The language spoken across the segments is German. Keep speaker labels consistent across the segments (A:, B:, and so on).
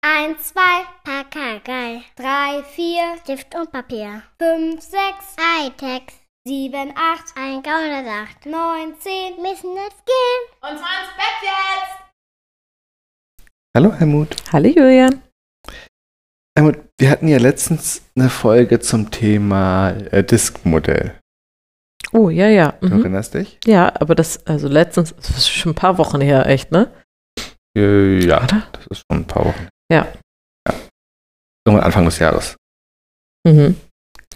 A: Eins, zwei, Pakagei.
B: Drei, vier,
A: Stift und Papier.
B: fünf, sechs,
A: Hightech.
B: sieben, acht,
A: Ein Gaunersacht.
B: neun, zehn.
A: Müssen jetzt gehen.
C: Und zwar ins Bett jetzt!
D: Hallo Helmut.
E: Hallo Julian.
D: Helmut, wir hatten ja letztens eine Folge zum Thema äh, Diskmodell.
E: Oh, ja, ja.
D: Du
E: Mhm.
D: erinnerst dich?
E: Ja, aber das, also letztens, das ist schon ein paar Wochen her, echt, ne?
D: Äh, ja,
E: Oder?
D: das ist schon ein paar Wochen.
E: Ja.
D: ja. Irgendwann Anfang des Jahres.
E: Mhm.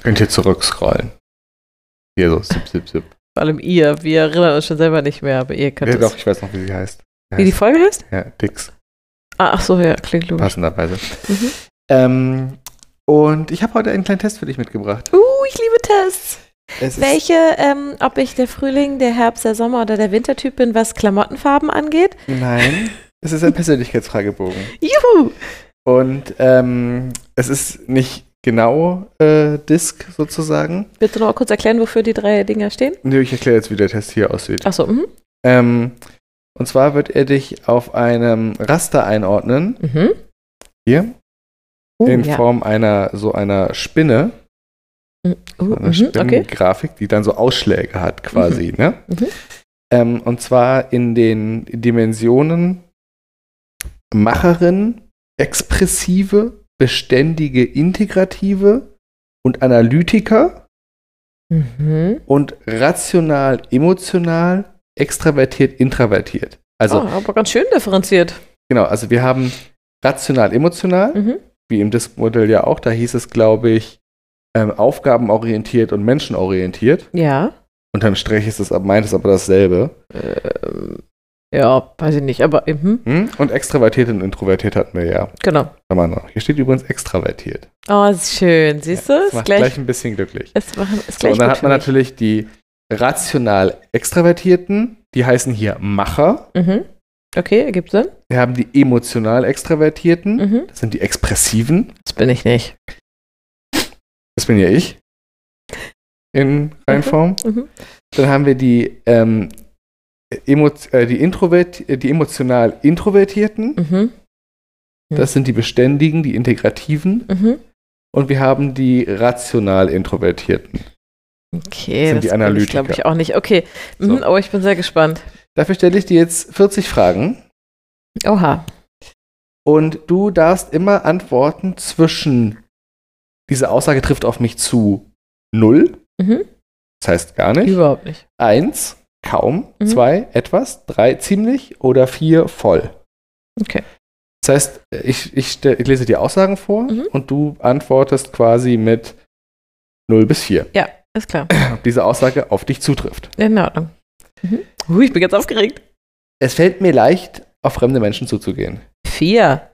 D: Könnt ihr zurückscrollen. Hier so, zip, zip, zip.
E: Vor allem ihr, wir erinnern uns schon selber nicht mehr, aber ihr könnt
D: Ja,
E: es.
D: doch, ich weiß noch, wie sie heißt.
E: Wie die Folge heißt?
D: Ja, Dix,
E: Ah, ach so, ja, klingt logisch.
D: passenderweise.
E: Mhm.
D: Ähm, und ich habe heute einen kleinen Test für dich mitgebracht.
E: Uh, ich liebe Tests.
D: Es
E: Welche, ähm, ob ich der Frühling, der Herbst, der Sommer oder der Wintertyp bin, was Klamottenfarben angeht?
D: Ist, nein, es ist ein Persönlichkeitsfragebogen.
E: Juhu!
D: Und ähm, es ist nicht genau äh, Disk sozusagen.
E: Willst du noch mal kurz erklären, wofür die drei Dinger stehen?
D: Nö, ich erkläre jetzt, wie der Test hier aussieht.
E: Ach so, mhm.
D: Ähm, und zwar wird er dich auf einem Raster einordnen,
E: Mhm.
D: Hier?
E: Oh,
D: in
E: ja.
D: Form einer so einer Spinne,
E: Uh,
D: einer
E: mhm, okay.
D: Spinnengrafik, die dann so Ausschläge hat quasi, ne?
E: Mhm.
D: Ähm, und zwar in den Dimensionen Macherin, Expressive, Beständige, Integrative und Analytiker.
E: Mhm.
D: und rational, emotional, extravertiert, intravertiert. Also
E: oh, aber ganz schön differenziert.
D: genau, also wir haben rational, emotional,
E: Mhm.
D: wie im Disk-Modell ja auch, da hieß es, glaube ich, ähm, aufgabenorientiert und menschenorientiert.
E: Ja.
D: Unterm Strich ist es, meint es aber dasselbe.
E: Ähm, ja, weiß ich nicht, aber mhm,
D: Hm? Und extravertiert und introvertiert hatten wir ja.
E: genau.
D: Schau mal noch. Hier steht übrigens extravertiert.
E: Oh, ist schön, siehst du?
D: Das
E: ist
D: macht
E: gleich,
D: gleich, ein bisschen glücklich.
E: es machen, ist
D: So,
E: gleich
D: und dann
E: gut
D: hat man
E: für
D: natürlich die rational extravertierten, die heißen hier Macher.
E: mich. Mhm. Okay, ergibt Sinn.
D: Wir haben die emotional extravertierten,
E: Mhm.
D: Das sind die Expressiven.
E: Das bin ich nicht.
D: Das bin ja ich. In Reinform.
E: Mhm.
D: Dann haben wir die, ähm, emo äh, die, Introvert äh, die emotional Introvertierten.
E: Mhm.
D: Das sind die Beständigen, die Integrativen.
E: Mhm.
D: Und wir haben die rational Introvertierten.
E: Okay,
D: Sind die
E: bin ich,
D: Analytiker.
E: glaube ich auch nicht. Okay, mhm,
D: So.
E: oh, ich bin sehr gespannt.
D: Dafür stelle ich dir jetzt 40 Fragen.
E: Oha.
D: Und du darfst immer antworten zwischen, diese Aussage trifft auf mich zu 0,
E: Mhm.
D: das heißt gar nicht.
E: Überhaupt nicht.
D: Eins, kaum.
E: Mhm.
D: Zwei, etwas. Drei, ziemlich. Oder vier, voll.
E: Okay.
D: Das heißt, ich, ich, stell- ich lese die Aussagen vor
E: Mhm.
D: und du antwortest quasi mit 0 bis 4,
E: Ja, ist klar.
D: ob diese Aussage auf dich zutrifft.
E: In Ordnung. Mhm. Uh, ich bin ganz aufgeregt.
D: Es fällt mir leicht, auf fremde Menschen zuzugehen.
E: Vier.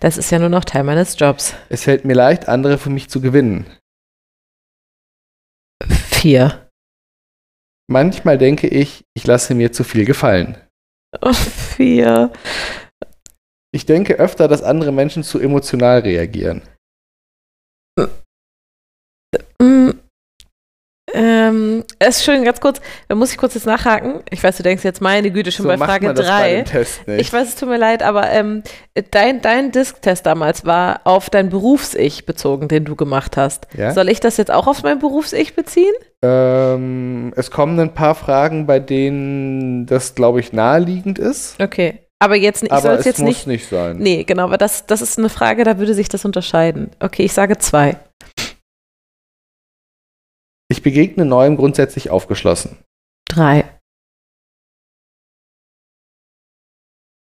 E: Das ist ja nur noch Teil meines Jobs.
D: Es fällt mir leicht, andere für mich zu gewinnen.
E: Vier.
D: Manchmal denke ich, ich lasse mir zu viel gefallen.
E: Oh, vier.
D: Ich denke öfter, dass andere Menschen zu emotional reagieren.
E: Mm. Ähm, es ist schön, ganz kurz, da muss ich kurz jetzt nachhaken. Ich weiß, du denkst jetzt, meine Güte, schon bei
D: macht
E: Frage
D: man das bei einem
E: 3.
D: Test nicht.
E: Ich weiß, es tut mir leid, aber ähm, dein, dein Disk-Test damals war auf dein Berufs-Ich bezogen, den du gemacht hast.
D: Ja?
E: Soll ich das jetzt auch auf mein Berufs-Ich beziehen?
D: Ähm, es kommen ein paar Fragen, bei denen das, glaube ich, naheliegend ist.
E: Okay. Aber jetzt, ich
D: aber
E: soll
D: es
E: es jetzt
D: muss
E: nicht.
D: nicht, sein.
E: Nee, genau, aber das, das ist eine Frage, da würde sich das unterscheiden. Okay, ich sage zwei.
D: Ich begegne Neuem grundsätzlich aufgeschlossen.
E: Drei.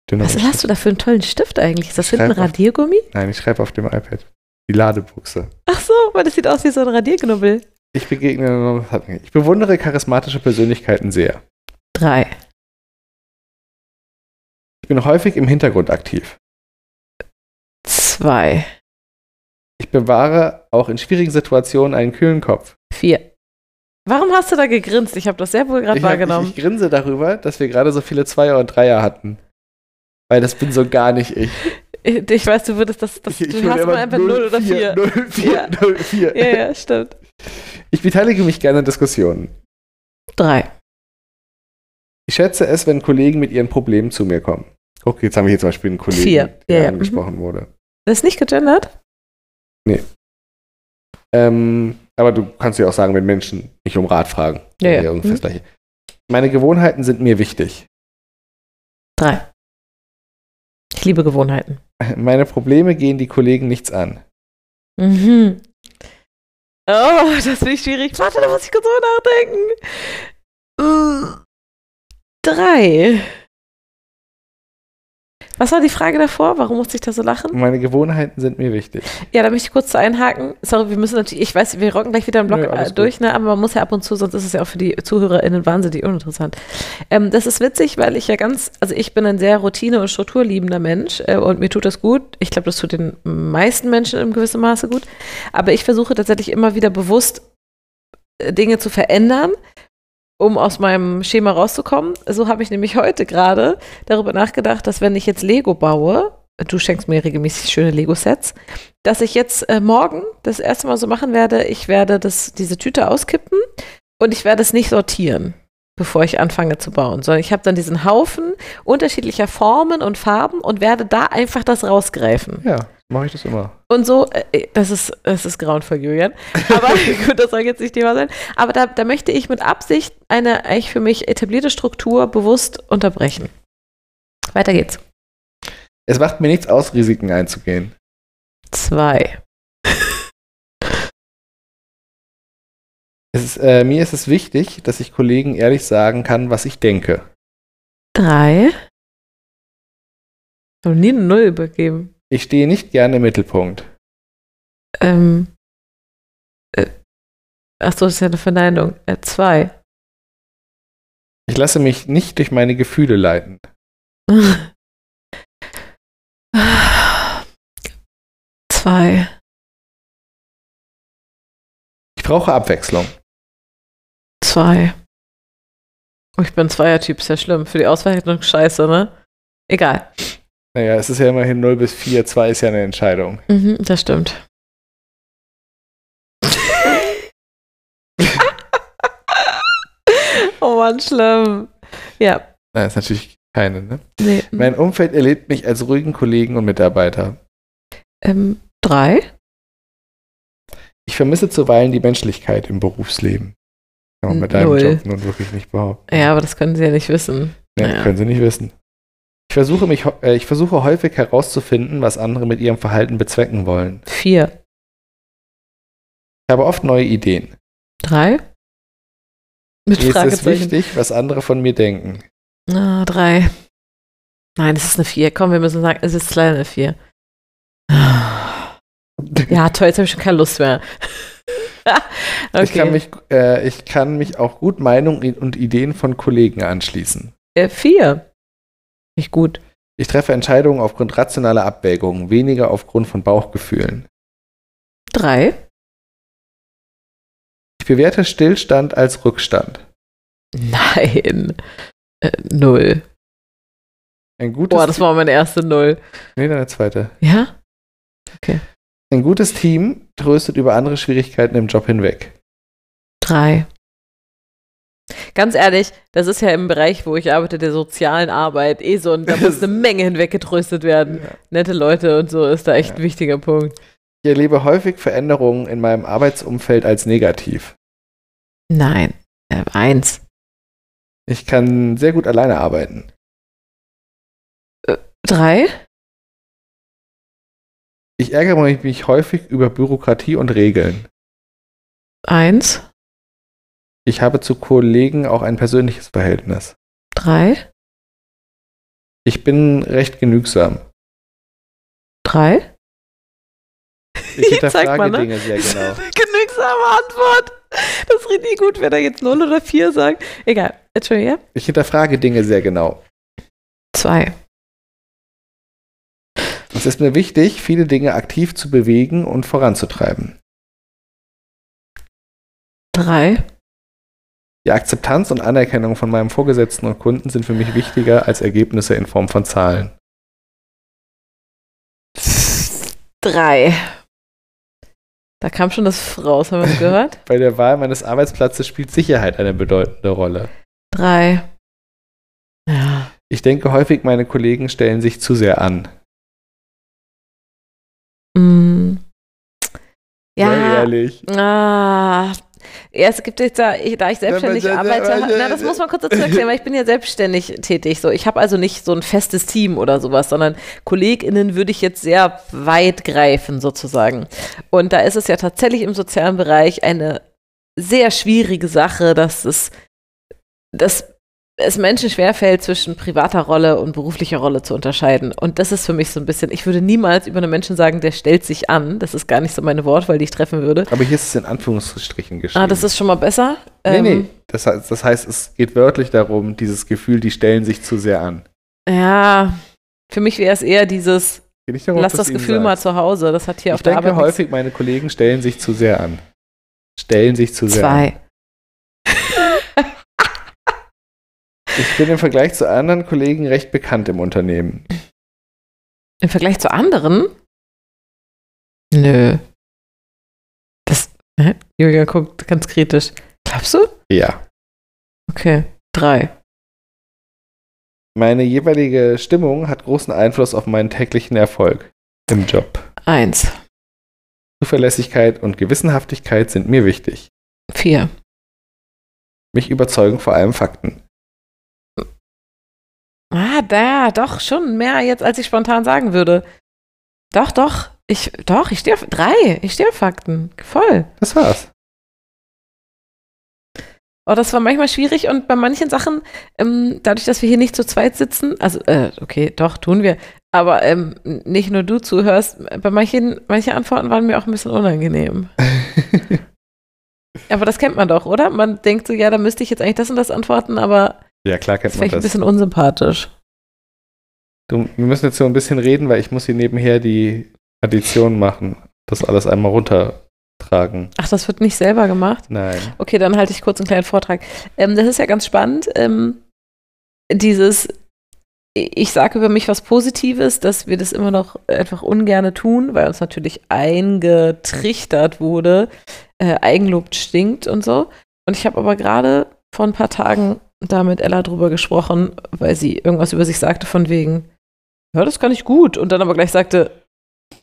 D: Dünner
E: Was hast du da für einen tollen Stift eigentlich? Ist das hinten
D: Schreib auf-
E: Radiergummi?
D: Nein, ich schreibe auf dem iPad. Die Ladebuchse.
E: Ach so, weil das sieht aus wie so ein Radierknubbel.
D: Ich begegne. Ich bewundere charismatische Persönlichkeiten sehr.
E: Drei.
D: Ich bin häufig im Hintergrund aktiv.
E: Zwei.
D: Ich bewahre auch in schwierigen Situationen einen kühlen Kopf.
E: Vier. Warum hast du da gegrinst? Ich habe das sehr wohl gerade
D: Ich, hab, ich,
E: wahrgenommen.
D: ich grinse darüber, dass wir gerade so viele Zweier und Dreier hatten. Weil das bin so gar nicht ich.
E: Ich, ich, weiß, du würdest das. das
D: ich, ich
E: du hast
D: würde
E: immer einfach null oder vier.
D: 0, 4,
E: Ja.
D: 0, 4.
E: Ja, ja, stimmt.
D: Ich beteilige mich gerne an Diskussionen.
E: Drei.
D: Ich schätze es, wenn Kollegen mit ihren Problemen zu mir kommen. Okay, jetzt haben wir hier zum Beispiel einen Kollegen,
E: Vier.
D: der
E: Ja, Mhm. ja.
D: angesprochen wurde.
E: Das ist nicht gegendert?
D: Ähm, aber du kannst ja auch sagen, wenn Menschen nicht um Rat fragen.
E: Ja, ja.
D: Wenn wir irgendwie
E: Mhm.
D: das Gleiche. Meine Gewohnheiten sind mir wichtig.
E: Drei. Ich liebe Gewohnheiten.
D: Meine Probleme gehen die Kollegen nichts an.
E: Mhm. Oh, das finde ich schwierig. Warte, da muss ich kurz drüber nachdenken. Äh, Drei. Was war die Frage davor? Warum musste ich da so lachen?
D: Meine Gewohnheiten sind mir wichtig.
E: Ja, da möchte ich kurz zu einhaken. Sorry, wir müssen natürlich, ich weiß, wir rocken gleich wieder einen Block
D: Nö, alles
E: äh,
D: gut.
E: durch, ne? aber man muss ja ab und zu, sonst ist es ja auch für die ZuhörerInnen wahnsinnig uninteressant. Ähm, das ist witzig, weil ich ja ganz, also ich bin ein sehr routine- und strukturliebender Mensch äh, und mir tut das gut. Ich glaube, das tut den meisten Menschen in gewissem Maße gut. Aber ich versuche tatsächlich immer wieder bewusst äh, Dinge zu verändern, um aus meinem Schema rauszukommen. So habe ich nämlich heute gerade darüber nachgedacht, dass wenn ich jetzt Lego baue, du schenkst mir regelmäßig schöne Lego-Sets, dass ich jetzt äh, morgen das erste Mal so machen werde, ich werde das, diese Tüte auskippen und ich werde es nicht sortieren, bevor ich anfange zu bauen, sondern ich habe dann diesen Haufen unterschiedlicher Formen und Farben und werde da einfach das rausgreifen.
D: Ja, mache ich das immer.
E: Und so, äh, das ist, das ist grauenvoll, Julian. Aber gut, das soll jetzt nicht Thema sein. Aber da, da möchte ich mit Absicht eine eigentlich für mich etablierte Struktur bewusst unterbrechen. Weiter geht's.
D: Es macht mir nichts aus, Risiken einzugehen.
E: Zwei.
D: Es ist, äh, mir ist es wichtig, dass ich Kollegen ehrlich sagen kann, was ich denke.
E: Drei. Ich hab nie eine Null übergeben.
D: Ich stehe nicht gerne im Mittelpunkt.
E: Ähm. Äh, ach so, das ist ja eine Verneinung. Äh, zwei.
D: Ich lasse mich nicht durch meine Gefühle leiten.
E: Zwei.
D: Ich brauche Abwechslung.
E: Zwei. Oh, ich bin Zweiertyp, ist ja schlimm. Für die Auswertung scheiße, ne? Egal.
D: Naja, es ist ja immerhin 0 bis 4, 2 ist ja eine Entscheidung.
E: Mhm, das stimmt. oh Mann, schlimm. Ja,
D: Nein, ist natürlich keine, ne?
E: nee.
D: Mein Umfeld erlebt mich als ruhigen Kollegen und Mitarbeiter.
E: ähm, drei?
D: Ich vermisse zuweilen die Menschlichkeit im Berufsleben. Kann man
E: N-
D: mit deinem
E: null.
D: Job nun wirklich nicht behaupten.
E: Ja, aber das können sie ja nicht wissen.
D: Ja,
E: naja.
D: Können sie nicht wissen. Ich versuche, mich, ho- äh, ich versuche häufig herauszufinden, was andere mit ihrem Verhalten bezwecken wollen.
E: Vier.
D: Ich habe oft neue Ideen.
E: Drei? Mit
D: Mir ist es
E: Fragezeichen.
D: wichtig, was andere von mir denken.
E: Ah, drei. Nein, es ist eine Vier. Komm, wir müssen sagen, es ist leider eine Vier.
D: Ah.
E: Ja, toll, jetzt habe ich schon keine Lust mehr. okay.
D: Ich, kann mich, äh, ich kann mich auch gut Meinungen und Ideen von Kollegen anschließen.
E: äh, vier. Nicht gut.
D: Ich treffe Entscheidungen aufgrund rationaler Abwägungen, weniger aufgrund von Bauchgefühlen.
E: Drei.
D: Ich bewerte Stillstand als Rückstand.
E: Nein. Äh, null.
D: Ein gutes,
E: Boah, das war meine erste Null.
D: nee, deine zweite.
E: Ja?
D: Ein gutes Team tröstet über andere Schwierigkeiten im Job hinweg.
E: Drei. Ganz ehrlich, das ist ja im Bereich, wo ich arbeite, der sozialen Arbeit, eh so, und da muss eine Menge hinweggetröstet werden. Nette Leute und so ist da echt ein wichtiger Punkt.
D: Ich erlebe häufig Veränderungen in meinem Arbeitsumfeld als negativ.
E: Nein. Äh, eins.
D: Ich kann sehr gut alleine arbeiten.
E: Drei?
D: Ich ärgere mich- mich häufig über Bürokratie und Regeln.
E: Eins?
D: Ich habe zu Kollegen auch ein persönliches Verhältnis.
E: Drei?
D: Ich bin recht genügsam.
E: Drei?
D: Ich
E: Jetzt sag
D: hinterfrage
E: mal, ne?
D: Dinge sehr genau.
E: Genügsame Antwort. Das ist richtig gut, wenn er jetzt 0 oder 4 sagt. Egal. Entschuldigung, ja?
D: Ich hinterfrage Dinge sehr genau.
E: Zwei.
D: Es ist mir wichtig, viele Dinge aktiv zu bewegen und voranzutreiben.
E: Drei.
D: Die Akzeptanz und Anerkennung von meinem Vorgesetzten und Kunden sind für mich wichtiger als Ergebnisse in Form von Zahlen.
E: Drei. Da kam schon das raus, haben wir es gehört?
D: Bei der Wahl meines Arbeitsplatzes spielt Sicherheit eine bedeutende Rolle.
E: Drei. Ja.
D: Ich denke häufig, meine Kollegen stellen sich zu sehr an. Sehr
E: Ja,
D: ehrlich.
E: Ah, ja, es gibt jetzt da, ich, da ich selbstständig
D: Ja, aber-
E: arbeite,
D: aber-
E: na, das muss man kurz dazu erklären, weil ich bin ja selbstständig tätig. So, ich habe also nicht so ein festes Team oder sowas, sondern KollegInnen würde ich jetzt sehr weit greifen sozusagen. Und da ist es ja tatsächlich im sozialen Bereich eine sehr schwierige Sache, dass es, dass es Menschen schwerfällt, zwischen privater Rolle und beruflicher Rolle zu unterscheiden. Und das ist für mich so ein bisschen, ich würde niemals über einen Menschen sagen, der stellt sich an. Das ist gar nicht so meine Wortwahl, die ich treffen würde.
D: Aber hier ist es in Anführungsstrichen geschrieben.
E: Ah, das ist schon mal besser.
D: Nee,
E: Ähm,
D: nee. Das heißt, das heißt, es geht wörtlich darum, dieses Gefühl, die stellen sich zu sehr an.
E: Ähm, Ja, für mich wäre es eher dieses,
D: Geht nicht darum,
E: lass
D: ob
E: das
D: ihnen
E: Gefühl
D: sagt.
E: mal zu Hause. Das hat hier auf
D: Ich
E: der
D: denke
E: Arbeit
D: häufig, meine Kollegen stellen sich zu sehr an. Stellen sich zu
E: nichts-
D: sehr an.
E: zwei.
D: Ich bin im Vergleich zu anderen Kollegen recht bekannt im Unternehmen.
E: Im Vergleich zu anderen? Nö. Das, hä? Julia guckt ganz kritisch. Glaubst du?
D: Ja.
E: Okay, drei.
D: Meine jeweilige Stimmung hat großen Einfluss auf meinen täglichen Erfolg im Job.
E: Eins,
D: Zuverlässigkeit und Gewissenhaftigkeit sind mir wichtig.
E: vier,
D: Mich überzeugen vor allem Fakten.
E: Ah, da, doch, schon mehr jetzt, als ich spontan sagen würde. Doch, doch, ich, doch, ich stehe auf, drei, ich stehe auf Fakten, voll.
D: Das war's.
E: Oh, das war manchmal schwierig und bei manchen Sachen, ähm, dadurch, dass wir hier nicht zu zweit sitzen, also, äh, okay, doch, tun wir, aber ähm, nicht nur du zuhörst, äh, bei manchen, manche Antworten waren mir auch ein bisschen unangenehm. Aber das kennt man doch, oder? Man denkt so, ja, da müsste ich jetzt eigentlich das und das antworten, aber
D: ja, klar kennt
E: das
D: man
E: ist vielleicht ein
D: das.
E: bisschen unsympathisch.
D: Du, wir müssen jetzt so ein bisschen reden, weil ich muss hier nebenher die Addition machen. Das alles einmal runtertragen.
E: Ach, das wird nicht selber gemacht?
D: Nein.
E: Okay, dann halte ich kurz einen kleinen Vortrag. Ähm, das ist ja ganz spannend. Ähm, dieses, ich sage über mich was Positives, dass wir das immer noch einfach ungerne tun, weil uns natürlich eingetrichtert wurde. Äh, Eigenlob stinkt und so. Und ich habe aber gerade vor ein paar Tagen da mit Ella drüber gesprochen, weil sie irgendwas über sich sagte von wegen, ja, das kann ich gut. Und dann aber gleich sagte,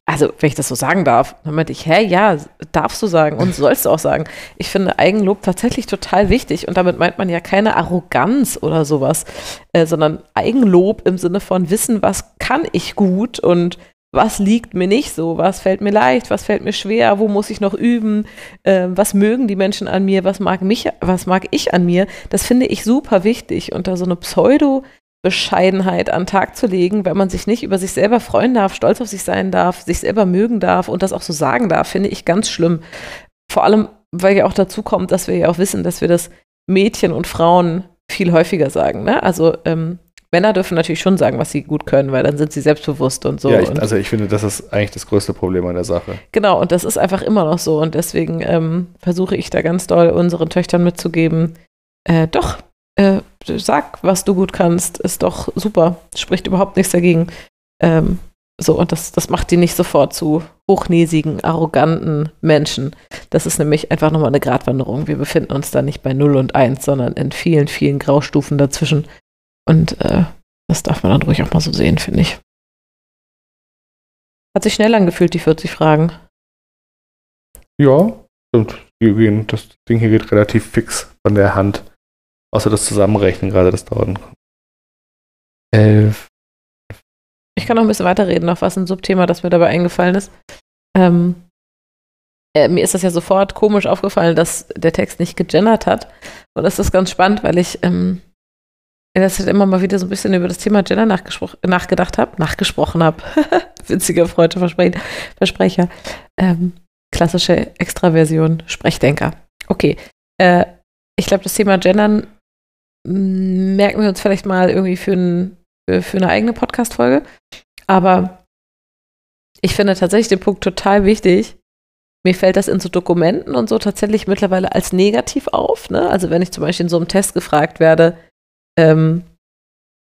E: also, wenn ich das so sagen darf, dann meinte ich, hä, ja, darfst du sagen und sollst du auch sagen. Ich finde Eigenlob tatsächlich total wichtig und damit meint man ja keine Arroganz oder sowas, äh, sondern Eigenlob im Sinne von wissen, was kann ich gut und was liegt mir nicht so, was fällt mir leicht, was fällt mir schwer, wo muss ich noch üben, äh, was mögen die Menschen an mir, was mag mich, was mag ich an mir, das finde ich super wichtig und da so eine Pseudo Bescheidenheit an den Tag zu legen, weil man sich nicht über sich selber freuen darf, stolz auf sich sein darf, sich selber mögen darf und das auch so sagen darf, finde ich ganz schlimm. Vor allem, weil ja auch dazu kommt, dass wir ja auch wissen, dass wir das Mädchen und Frauen viel häufiger sagen. Ne? Also ähm, Männer dürfen natürlich schon sagen, was sie gut können, weil dann sind sie selbstbewusst und so.
D: ja, ich,
E: und
D: also ich finde, das ist eigentlich das größte Problem an der Sache.
E: Genau, und das ist einfach immer noch so. Und deswegen ähm, versuche ich da ganz doll unseren Töchtern mitzugeben, äh, doch, äh, sag, was du gut kannst, ist doch super, spricht überhaupt nichts dagegen. Ähm, so, und das, das macht die nicht sofort zu hochnäsigen, arroganten Menschen. Das ist nämlich einfach nochmal eine Gratwanderung. Wir befinden uns da nicht bei 0 und 1, sondern in vielen, vielen Graustufen dazwischen. Und äh, das darf man dann ruhig auch mal so sehen, finde ich. Hat sich schnell angefühlt, die 40 Fragen.
D: Ja, stimmt. Die gehen- Das Ding hier geht relativ fix von der Hand. Außer das Zusammenrechnen gerade, das dauert. ein- Elf.
E: Ich kann noch ein bisschen weiterreden, noch was ein Subthema, das mir dabei eingefallen ist. Ähm, äh, mir ist das ja sofort komisch aufgefallen, dass der Text nicht gegendert hat. Und das ist ganz spannend, weil ich ähm, in letzter Zeit immer mal wieder so ein bisschen über das Thema Gender nachgespro- nachgedacht habe, nachgesprochen habe. Witziger Freude Versprecher. Versprecher. Ähm, klassische Extraversion, Sprechdenker. Okay. Äh, ich glaube, das Thema Gendern mh, merken wir uns vielleicht mal irgendwie für, ein, für, für eine eigene Podcast-Folge. Aber ich finde tatsächlich den Punkt total wichtig. Mir fällt das in so Dokumenten und so tatsächlich mittlerweile als negativ auf. Ne? Also wenn ich zum Beispiel in so einem Test gefragt werde, ähm,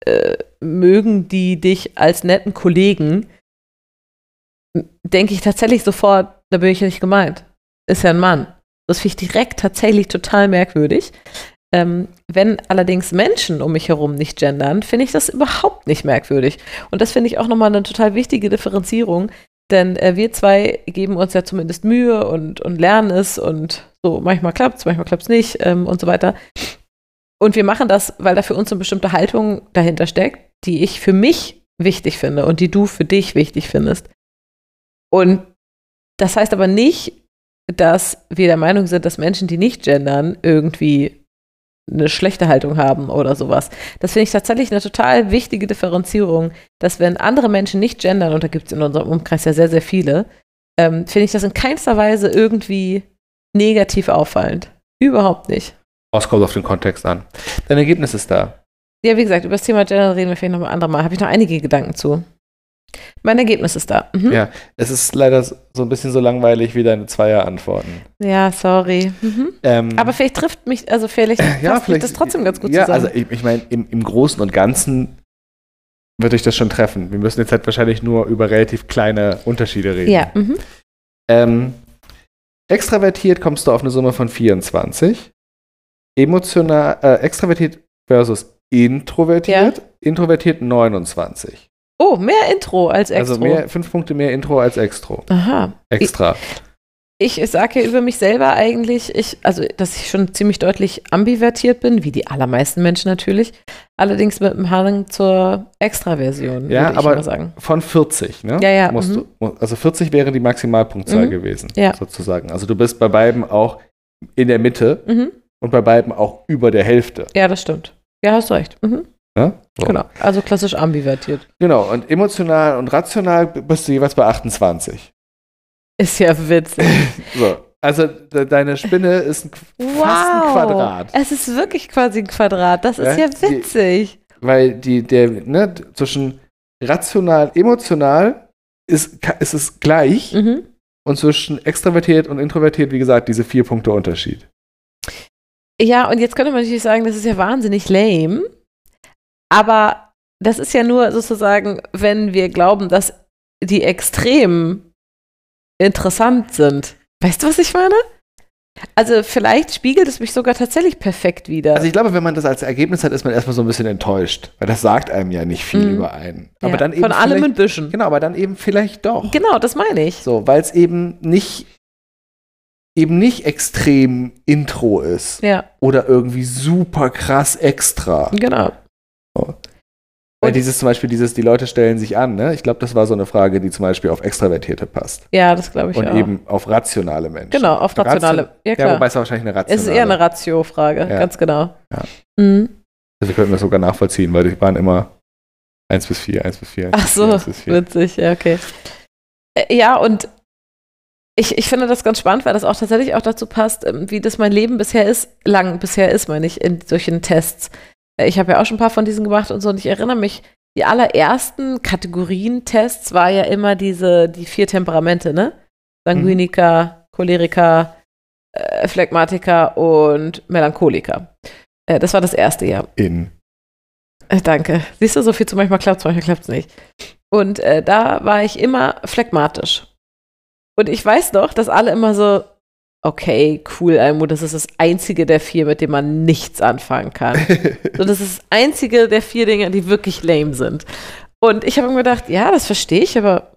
E: äh, mögen die dich als netten Kollegen, m- denke ich tatsächlich sofort, da bin ich ja nicht gemeint. Ist ja ein Mann. Das finde ich direkt tatsächlich total merkwürdig. Ähm, wenn allerdings Menschen um mich herum nicht gendern, finde ich das überhaupt nicht merkwürdig. Und das finde ich auch nochmal eine total wichtige Differenzierung, Denn äh, wir zwei geben uns ja zumindest Mühe und, und lernen es und so, manchmal klappt es, manchmal klappt es nicht ähm, und so weiter. Und wir machen das, weil da für uns eine bestimmte Haltung dahinter steckt, die ich für mich wichtig finde und die du für dich wichtig findest. Und das heißt aber nicht, dass wir der Meinung sind, dass Menschen, die nicht gendern, irgendwie eine schlechte Haltung haben oder sowas. Das finde ich tatsächlich eine total wichtige Differenzierung, dass wenn andere Menschen nicht gendern, und da gibt es in unserem Umkreis ja sehr, sehr viele, ähm, finde ich das in keinster Weise irgendwie negativ auffallend. Überhaupt nicht.
D: Es kommt auf den Kontext an. Dein Ergebnis ist da.
E: Ja, wie gesagt, über das Thema Gender reden wir vielleicht noch mal andermal. Habe ich noch einige Gedanken zu. Mein Ergebnis ist da. Mhm.
D: Ja. Es ist leider so ein bisschen so langweilig wie deine Zweier-Antworten.
E: Ja, sorry. Mhm.
D: Ähm,
E: Aber vielleicht trifft mich, also vielleicht
D: ja,
E: passt
D: vielleicht
E: das trotzdem ganz gut
D: ja,
E: zusammen.
D: also ich, ich meine, im, im Großen und Ganzen würde ich das schon treffen. Wir müssen jetzt halt wahrscheinlich nur über relativ kleine Unterschiede reden.
E: ja, mhm.
D: Ähm, extravertiert kommst du auf eine Summe von 24. Emotional, äh, extravertiert versus introvertiert. Introvertiert 29.
E: Oh, mehr Intro als Extro.
D: Also mehr, fünf Punkte mehr Intro als Extro.
E: Aha.
D: Extra.
E: Ich sage ja über mich selber eigentlich, ich, also dass ich schon ziemlich deutlich ambivertiert bin, wie die allermeisten Menschen natürlich. Allerdings mit einem Hang zur Extraversion,
D: Ja,
E: würde ich
D: aber-
E: mal sagen.
D: Von 40, ne?
E: Ja, ja,
D: Musst
E: mhm.
D: du, mu- also 40 wäre die Maximalpunktzahl
E: Mhm.
D: gewesen,
E: Ja.
D: sozusagen. Also du bist bei beiden auch in der Mitte
E: Mhm.
D: und bei beiden auch über der Hälfte.
E: Ja, das stimmt. Ja, hast recht. Mhm.
D: Ne? So.
E: Genau. Also klassisch ambivertiert.
D: genau, und emotional und rational bist du jeweils bei 28.
E: Ist ja witzig.
D: So. Also de deine Spinne ist ein, fast ein Quadrat.
E: Es ist wirklich quasi ein Quadrat. Das ist
D: Ja,
E: ja
D: die-
E: witzig.
D: Weil die, der, ne, zwischen rational, emotional ist, ka- ist es gleich
E: Mhm.
D: und zwischen extravertiert und introvertiert, wie gesagt, diese vier Punkte Unterschied.
E: Ja, und jetzt könnte man natürlich sagen, das ist ja wahnsinnig lame. Aber das ist ja nur sozusagen, wenn wir glauben, dass die Extremen interessant sind. Weißt du, was ich meine? Also vielleicht spiegelt es mich sogar tatsächlich perfekt wieder.
D: Also ich glaube, wenn man das als Ergebnis hat, ist man erstmal so ein bisschen enttäuscht, weil das sagt einem ja nicht viel
E: Mhm.
D: über einen. Aber
E: ja.
D: dann eben
E: Von allem ein
D: vielleicht-
E: bisschen.
D: genau, aber dann eben vielleicht doch.
E: Genau, das meine ich.
D: So, weil es eben nicht eben nicht extrem Intro ist
E: Ja,
D: oder irgendwie super krass extra.
E: genau.
D: Weil
E: Und-
D: Äh, dieses zum Beispiel dieses, die Leute stellen sich an, ne? Ich glaube, das war so eine Frage, die zum Beispiel auf Extravertierte passt.
E: Ja, das glaube ich
D: und
E: auch.
D: eben auf rationale Menschen.
E: Genau, auf
D: Ratio-
E: rationale. Ja,
D: Ja,
E: klar.
D: wobei es ist wahrscheinlich eine rationale.
E: es ist eher eine Ratio-Frage,
D: Ja.
E: ganz genau.
D: Ja.
E: Mhm.
D: Also wir könnten das sogar nachvollziehen, weil die waren immer 1 bis 4, 1 bis 4, 1
E: Ach
D: bis
E: so,
D: 4, 1 bis 4.
E: Witzig, ja, okay. Äh, Ja, und ich, ich finde das ganz spannend, weil das auch tatsächlich auch dazu passt, ähm, wie das mein Leben bisher ist, lang bisher ist, meine ich, in solchen Tests. Äh, Ich habe ja auch schon ein paar von diesen gemacht und so, und ich erinnere mich, die allerersten Kategorientests war ja immer diese, die vier Temperamente, ne? Sanguiniker, Choleriker, äh, Phlegmatiker und Melancholiker. Äh, das war das erste Jahr.
D: In.
E: Äh, Danke. Siehst du, so viel zu manchmal klappt's, manchmal klappt's nicht. Und äh, da war ich immer phlegmatisch. Und ich weiß noch, dass alle immer so, okay, cool, Almu, das ist das einzige der vier, mit dem man nichts anfangen kann. so, das ist das einzige der vier Dinge, die wirklich lame sind. Und ich habe mir gedacht, ja, das verstehe ich, aber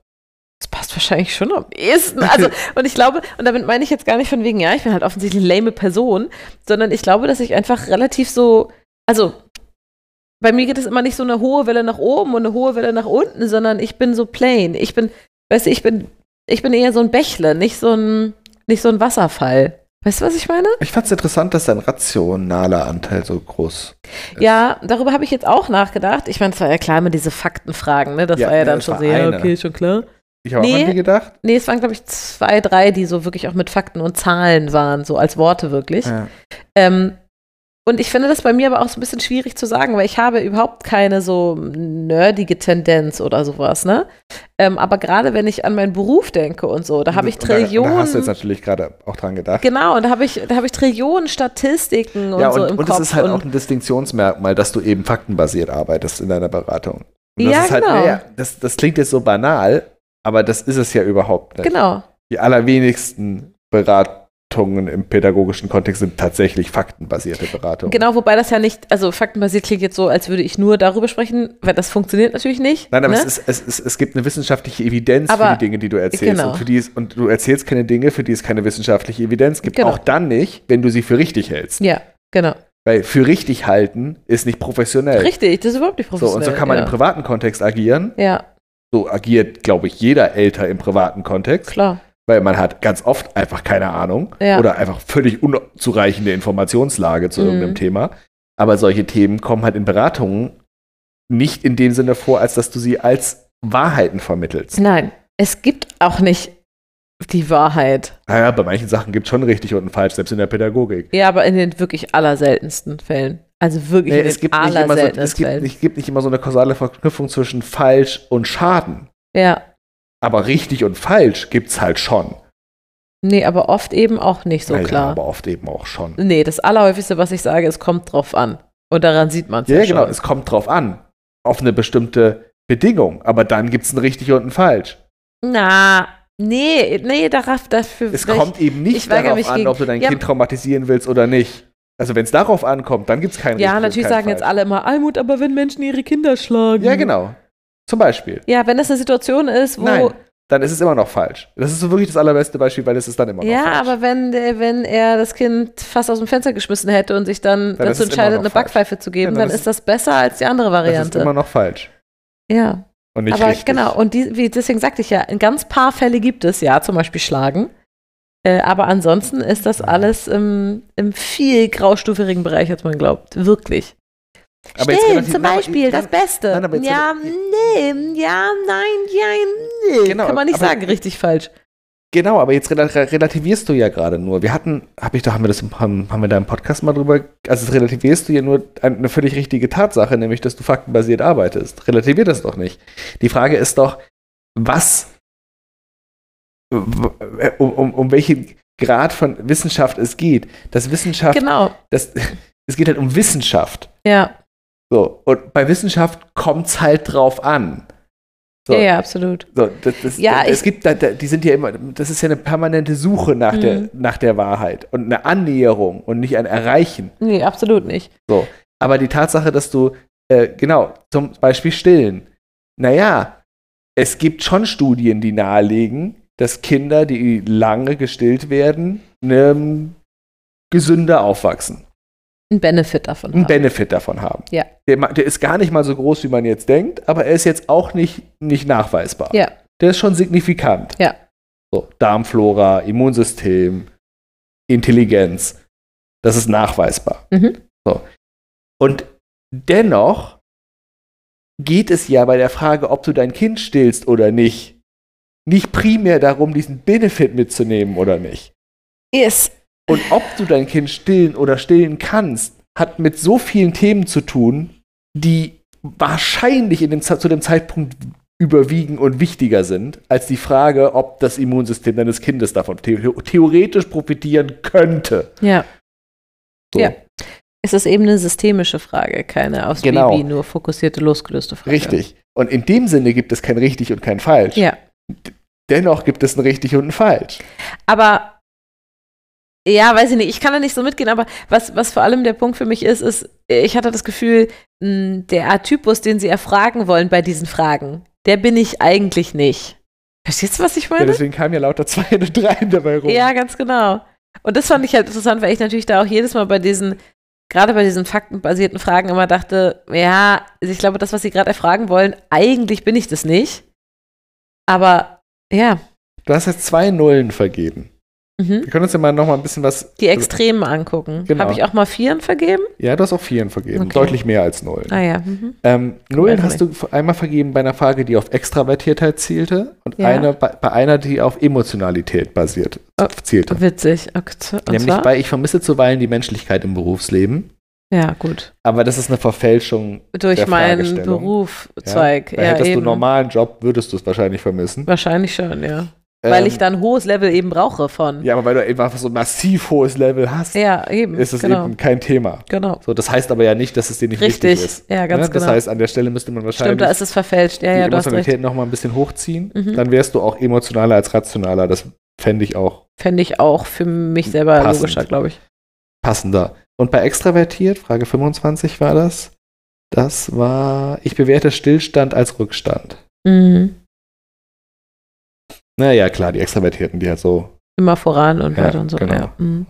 E: das passt wahrscheinlich schon am ehesten. Also, und ich glaube, und damit meine ich jetzt gar nicht von wegen, ja, ich bin halt offensichtlich eine lame Person, sondern ich glaube, dass ich einfach relativ so, also bei mir geht es immer nicht so eine hohe Welle nach oben und eine hohe Welle nach unten, sondern ich bin so plain. Ich bin, weißt du, ich bin, ich bin eher so ein Bächle, nicht so ein, nicht so ein Wasserfall. Weißt du, was ich meine?
D: Ich fand es interessant, dass dein rationaler Anteil so groß ist.
E: Ja, darüber habe ich jetzt auch nachgedacht. Ich meine, es war ja klar mit diese Faktenfragen, ne? Das
D: Ja,
E: war ja
D: ja,
E: dann
D: es
E: schon
D: war
E: so, ja,
D: eine.
E: okay, schon klar.
D: Ich habe auch
E: Nee.
D: an die gedacht.
E: Nee, es waren, glaube ich, zwei, drei, die so wirklich auch mit Fakten und Zahlen waren, so als Worte wirklich.
D: Ja.
E: Ähm, und ich finde das bei mir aber auch so ein bisschen schwierig zu sagen, weil ich habe überhaupt keine so nerdige Tendenz oder sowas, ne? Ähm, aber gerade wenn ich an meinen Beruf denke und so, da habe ich
D: Und da- Also, Da hast du
E: Trillionen.
D: jetzt natürlich gerade auch dran gedacht.
E: genau, und da habe ich, da habe ich Trillionen Statistiken und,
D: ja,
E: so
D: und,
E: im
D: und
E: Kopf.
D: es ist halt auch ein Distinktionsmerkmal, dass du eben faktenbasiert arbeitest in deiner Beratung. Und das
E: Ja,
D: ist halt,
E: genau.
D: naja, das, das klingt jetzt so banal, aber das ist es ja überhaupt nicht.
E: genau.
D: Die allerwenigsten Berat Beratungen im pädagogischen Kontext sind tatsächlich faktenbasierte Beratungen.
E: Genau, wobei das ja nicht, also faktenbasiert klingt jetzt so, als würde ich nur darüber sprechen, weil das funktioniert natürlich nicht.
D: Nein, aber
E: ne?
D: es, ist, es, ist, es gibt eine wissenschaftliche Evidenz
E: Aber-
D: für die Dinge, die du erzählst.
E: genau.
D: Und, für die es, und du erzählst keine Dinge, für die es keine wissenschaftliche Evidenz gibt.
E: Genau.
D: Auch dann nicht, wenn du sie für richtig hältst.
E: Ja, genau.
D: Weil für richtig halten ist nicht professionell.
E: Richtig, das ist überhaupt nicht
D: So,
E: professionell.
D: und so kann man
E: ja.
D: im privaten Kontext agieren.
E: Ja,
D: So agiert, glaube ich, jeder Älter im privaten Kontext,
E: klar.
D: weil man hat ganz oft einfach keine Ahnung
E: Ja.
D: oder einfach völlig unzureichende Informationslage zu
E: Mhm.
D: irgendeinem Thema. Aber solche Themen kommen halt in Beratungen nicht in dem Sinne vor, als dass du sie als Wahrheiten vermittelst.
E: Nein, es gibt auch nicht die Wahrheit.
D: Naja, bei manchen Sachen gibt es schon richtig und ein falsch, selbst in der Pädagogik.
E: Ja, aber in den wirklich allerseltensten Fällen. Also wirklich
D: Nee,
E: in
D: es,
E: den
D: gibt nicht immer so,
E: allerseltensten
D: es gibt,
E: Fällen.
D: nicht, gibt nicht immer so eine kausale Verknüpfung zwischen falsch und Schaden.
E: Ja,
D: Aber richtig und falsch gibt es halt schon.
E: nee, aber oft eben auch nicht so
D: Naja,
E: klar.
D: Aber oft eben auch schon.
E: Nee, das Allerhäufigste, was ich sage, es kommt drauf an. Und daran sieht man es
D: Ja,
E: ja,
D: ja, genau,
E: schon.
D: es kommt drauf an. Auf eine bestimmte Bedingung. Aber dann gibt es ein richtig und ein falsch.
E: Na, nee, nee, darauf, dafür.
D: Es
E: weil ich-
D: kommt eben nicht
E: ich weigere
D: darauf
E: mich
D: an,
E: gegen-
D: ob du dein
E: Ja.
D: Kind traumatisieren willst oder nicht. Also wenn es darauf ankommt, dann gibt es keinen
E: Ja,
D: richtig
E: natürlich
D: und keinen
E: sagen jetzt
D: falsch.
E: alle immer Almut, aber wenn Menschen ihre Kinder schlagen.
D: Ja, genau. Zum Beispiel.
E: Ja, wenn das eine Situation ist, wo.
D: Nein, oh, dann ist es immer noch falsch. Das ist so wirklich das allerbeste Beispiel, weil es ist dann immer noch
E: ja,
D: oh, falsch.
E: aber wenn, der, wenn er das Kind fast aus dem Fenster geschmissen hätte und sich dann
D: Dann ist
E: dazu
D: es immer
E: entscheidet,
D: noch
E: eine
D: falsch.
E: Backpfeife zu
D: Ja,
E: geben,
D: dann
E: dann
D: ist-
E: ist das besser als die andere
D: das ist
E: Variante.
D: immer noch falsch
E: ja,
D: und nicht
E: aber
D: richtig.
E: genau. Und die, wie, deswegen sagte ich ja, in ganz paar Fälle gibt es ja, zum Beispiel Schlagen. Äh, aber ansonsten ist das alles im, im viel graustufigen Bereich, als man glaubt. Wirklich.
D: Aber jetzt
E: Stimmt,
D: relativ-
E: zum
D: nein, aber-
E: Beispiel,
D: nein,
E: das Beste.
D: nein, aber jetzt-
E: ja, nee, ja, nein, ja, nee.
D: Genau,
E: Kann man nicht
D: aber-
E: sagen, richtig, falsch.
D: Genau, aber jetzt rela- relativierst du ja gerade nur. Wir hatten, habe ich da, haben wir das, im- haben, haben wir da im Podcast mal drüber, also das relativierst du ja nur ein- eine völlig richtige Tatsache, nämlich, dass du faktenbasiert arbeitest. Relativier das doch nicht. Die Frage ist doch, was, w- um, um, um welchen Grad von Wissenschaft es geht. Das Wissenschaft,
E: Genau,
D: das, es geht halt um Wissenschaft.
E: ja,
D: So, und bei Wissenschaft kommt es halt drauf an. So,
E: ja, ja, absolut.
D: So, das, das,
E: Ja,
D: das, es
E: ich-
D: gibt, da, da, die sind ja immer, das ist ja eine permanente Suche nach, der,
E: Mhm.
D: nach der Wahrheit und eine Annäherung und nicht ein Erreichen.
E: Nee, absolut nicht.
D: Aber die Tatsache, dass du, äh, genau, zum Beispiel stillen. Naja, es gibt schon Studien, die nahelegen, dass Kinder, die lange gestillt werden, ne, gesünder aufwachsen
E: Ein Benefit davon.
D: einen
E: haben.
D: Benefit davon haben.
E: Ja.
D: Der, ma- der ist gar nicht mal so groß, wie man jetzt denkt, aber er ist jetzt auch nicht, nicht nachweisbar.
E: Ja.
D: Der ist schon signifikant.
E: Ja.
D: So, Darmflora, Immunsystem, Intelligenz. Das ist nachweisbar.
E: Mhm.
D: So. Und dennoch geht es ja bei der Frage, ob du dein Kind stillst oder nicht, nicht primär darum, diesen Benefit mitzunehmen oder nicht.
E: Yes.
D: Und ob du dein Kind stillen oder stillen kannst, hat mit so vielen Themen zu tun, die wahrscheinlich in dem, Ze- zu dem Zeitpunkt überwiegen und wichtiger sind, als die Frage, ob das Immunsystem deines Kindes davon the theoretisch profitieren könnte.
E: Ja.
D: So.
E: Ja. Es ist eben eine systemische Frage, keine aufs
D: Genau.
E: Baby nur fokussierte, losgelöste Frage.
D: Richtig. Und in dem Sinne gibt es kein richtig und kein falsch.
E: Ja.
D: Dennoch gibt es ein richtig und ein falsch.
E: Aber ja, weiß ich nicht, ich kann da nicht so mitgehen, aber was, was vor allem der Punkt für mich ist, ist, ich hatte das Gefühl, mh, der Typus, den sie erfragen wollen bei diesen Fragen, der bin ich eigentlich nicht. Verstehst du, was ich
D: Ja,
E: meine?
D: deswegen kamen ja lauter zwei und drei dabei rum.
E: Mhm. Ja, ganz genau. Und das fand ich halt interessant, weil ich natürlich da auch jedes Mal bei diesen, gerade bei diesen faktenbasierten Fragen immer dachte, ja, also ich glaube, das, was sie gerade erfragen wollen, eigentlich bin ich das nicht. Aber ja,
D: Du hast jetzt zwei Nullen vergeben.
E: mhm.
D: Wir können uns ja mal noch mal ein bisschen was.
E: die Extremen angucken.
D: Also Genau.
E: Habe ich auch mal Vieren vergeben?
D: Ja, du hast auch Vieren vergeben.
E: Okay.
D: Deutlich mehr als Nullen.
E: Ah ja. Mhm.
D: Ähm, Nullen
E: einfach
D: hast du f- einmal vergeben bei einer Frage, die auf Extravertiertheit zielte und
E: Ja.
D: eine bei, bei einer, die auf Emotionalität basiert
E: Oh.
D: zielte.
E: Witzig. Okay. Und
D: Nämlich
E: zwar?
D: bei Ich vermisse zuweilen die Menschlichkeit im Berufsleben,
E: ja, gut.
D: aber das ist eine Verfälschung.
E: Durch
D: Der
E: meinen
D: Fragestellung.
E: Berufszweig.
D: Weil
E: Ja,
D: hättest du
E: eben.
D: einen normalen Job, würdest du es wahrscheinlich vermissen.
E: Wahrscheinlich schon, ja. Weil
D: Ähm,
E: ich da ein hohes Level eben brauche von.
D: Ja, aber weil du eben einfach so ein massiv hohes Level hast,
E: Ja, eben.
D: ist es
E: genau.
D: eben kein Thema.
E: Genau.
D: So, das heißt aber ja nicht, dass es dir nicht richtig,
E: Richtig.
D: ist.
E: Ja, ganz
D: ne? Das
E: genau.
D: heißt, an der Stelle müsste man wahrscheinlich
E: Stimmt, da ist es verfälscht. Ja,
D: die
E: ja, du hast recht.
D: Emotionalität nochmal ein bisschen hochziehen.
E: Mhm.
D: Dann wärst du auch emotionaler als rationaler. Das fände ich auch
E: Fände ich auch für mich selber
D: Passend.
E: logischer, glaube ich.
D: passender. Und bei extravertiert, Frage 25 war das, das war, ich bewerte Stillstand als Rückstand.
E: Mhm.
D: Naja, klar, die Extravertierten, die halt so.
E: Immer voran und
D: Ja,
E: weiter und so.
D: genau.
E: Ja, mhm.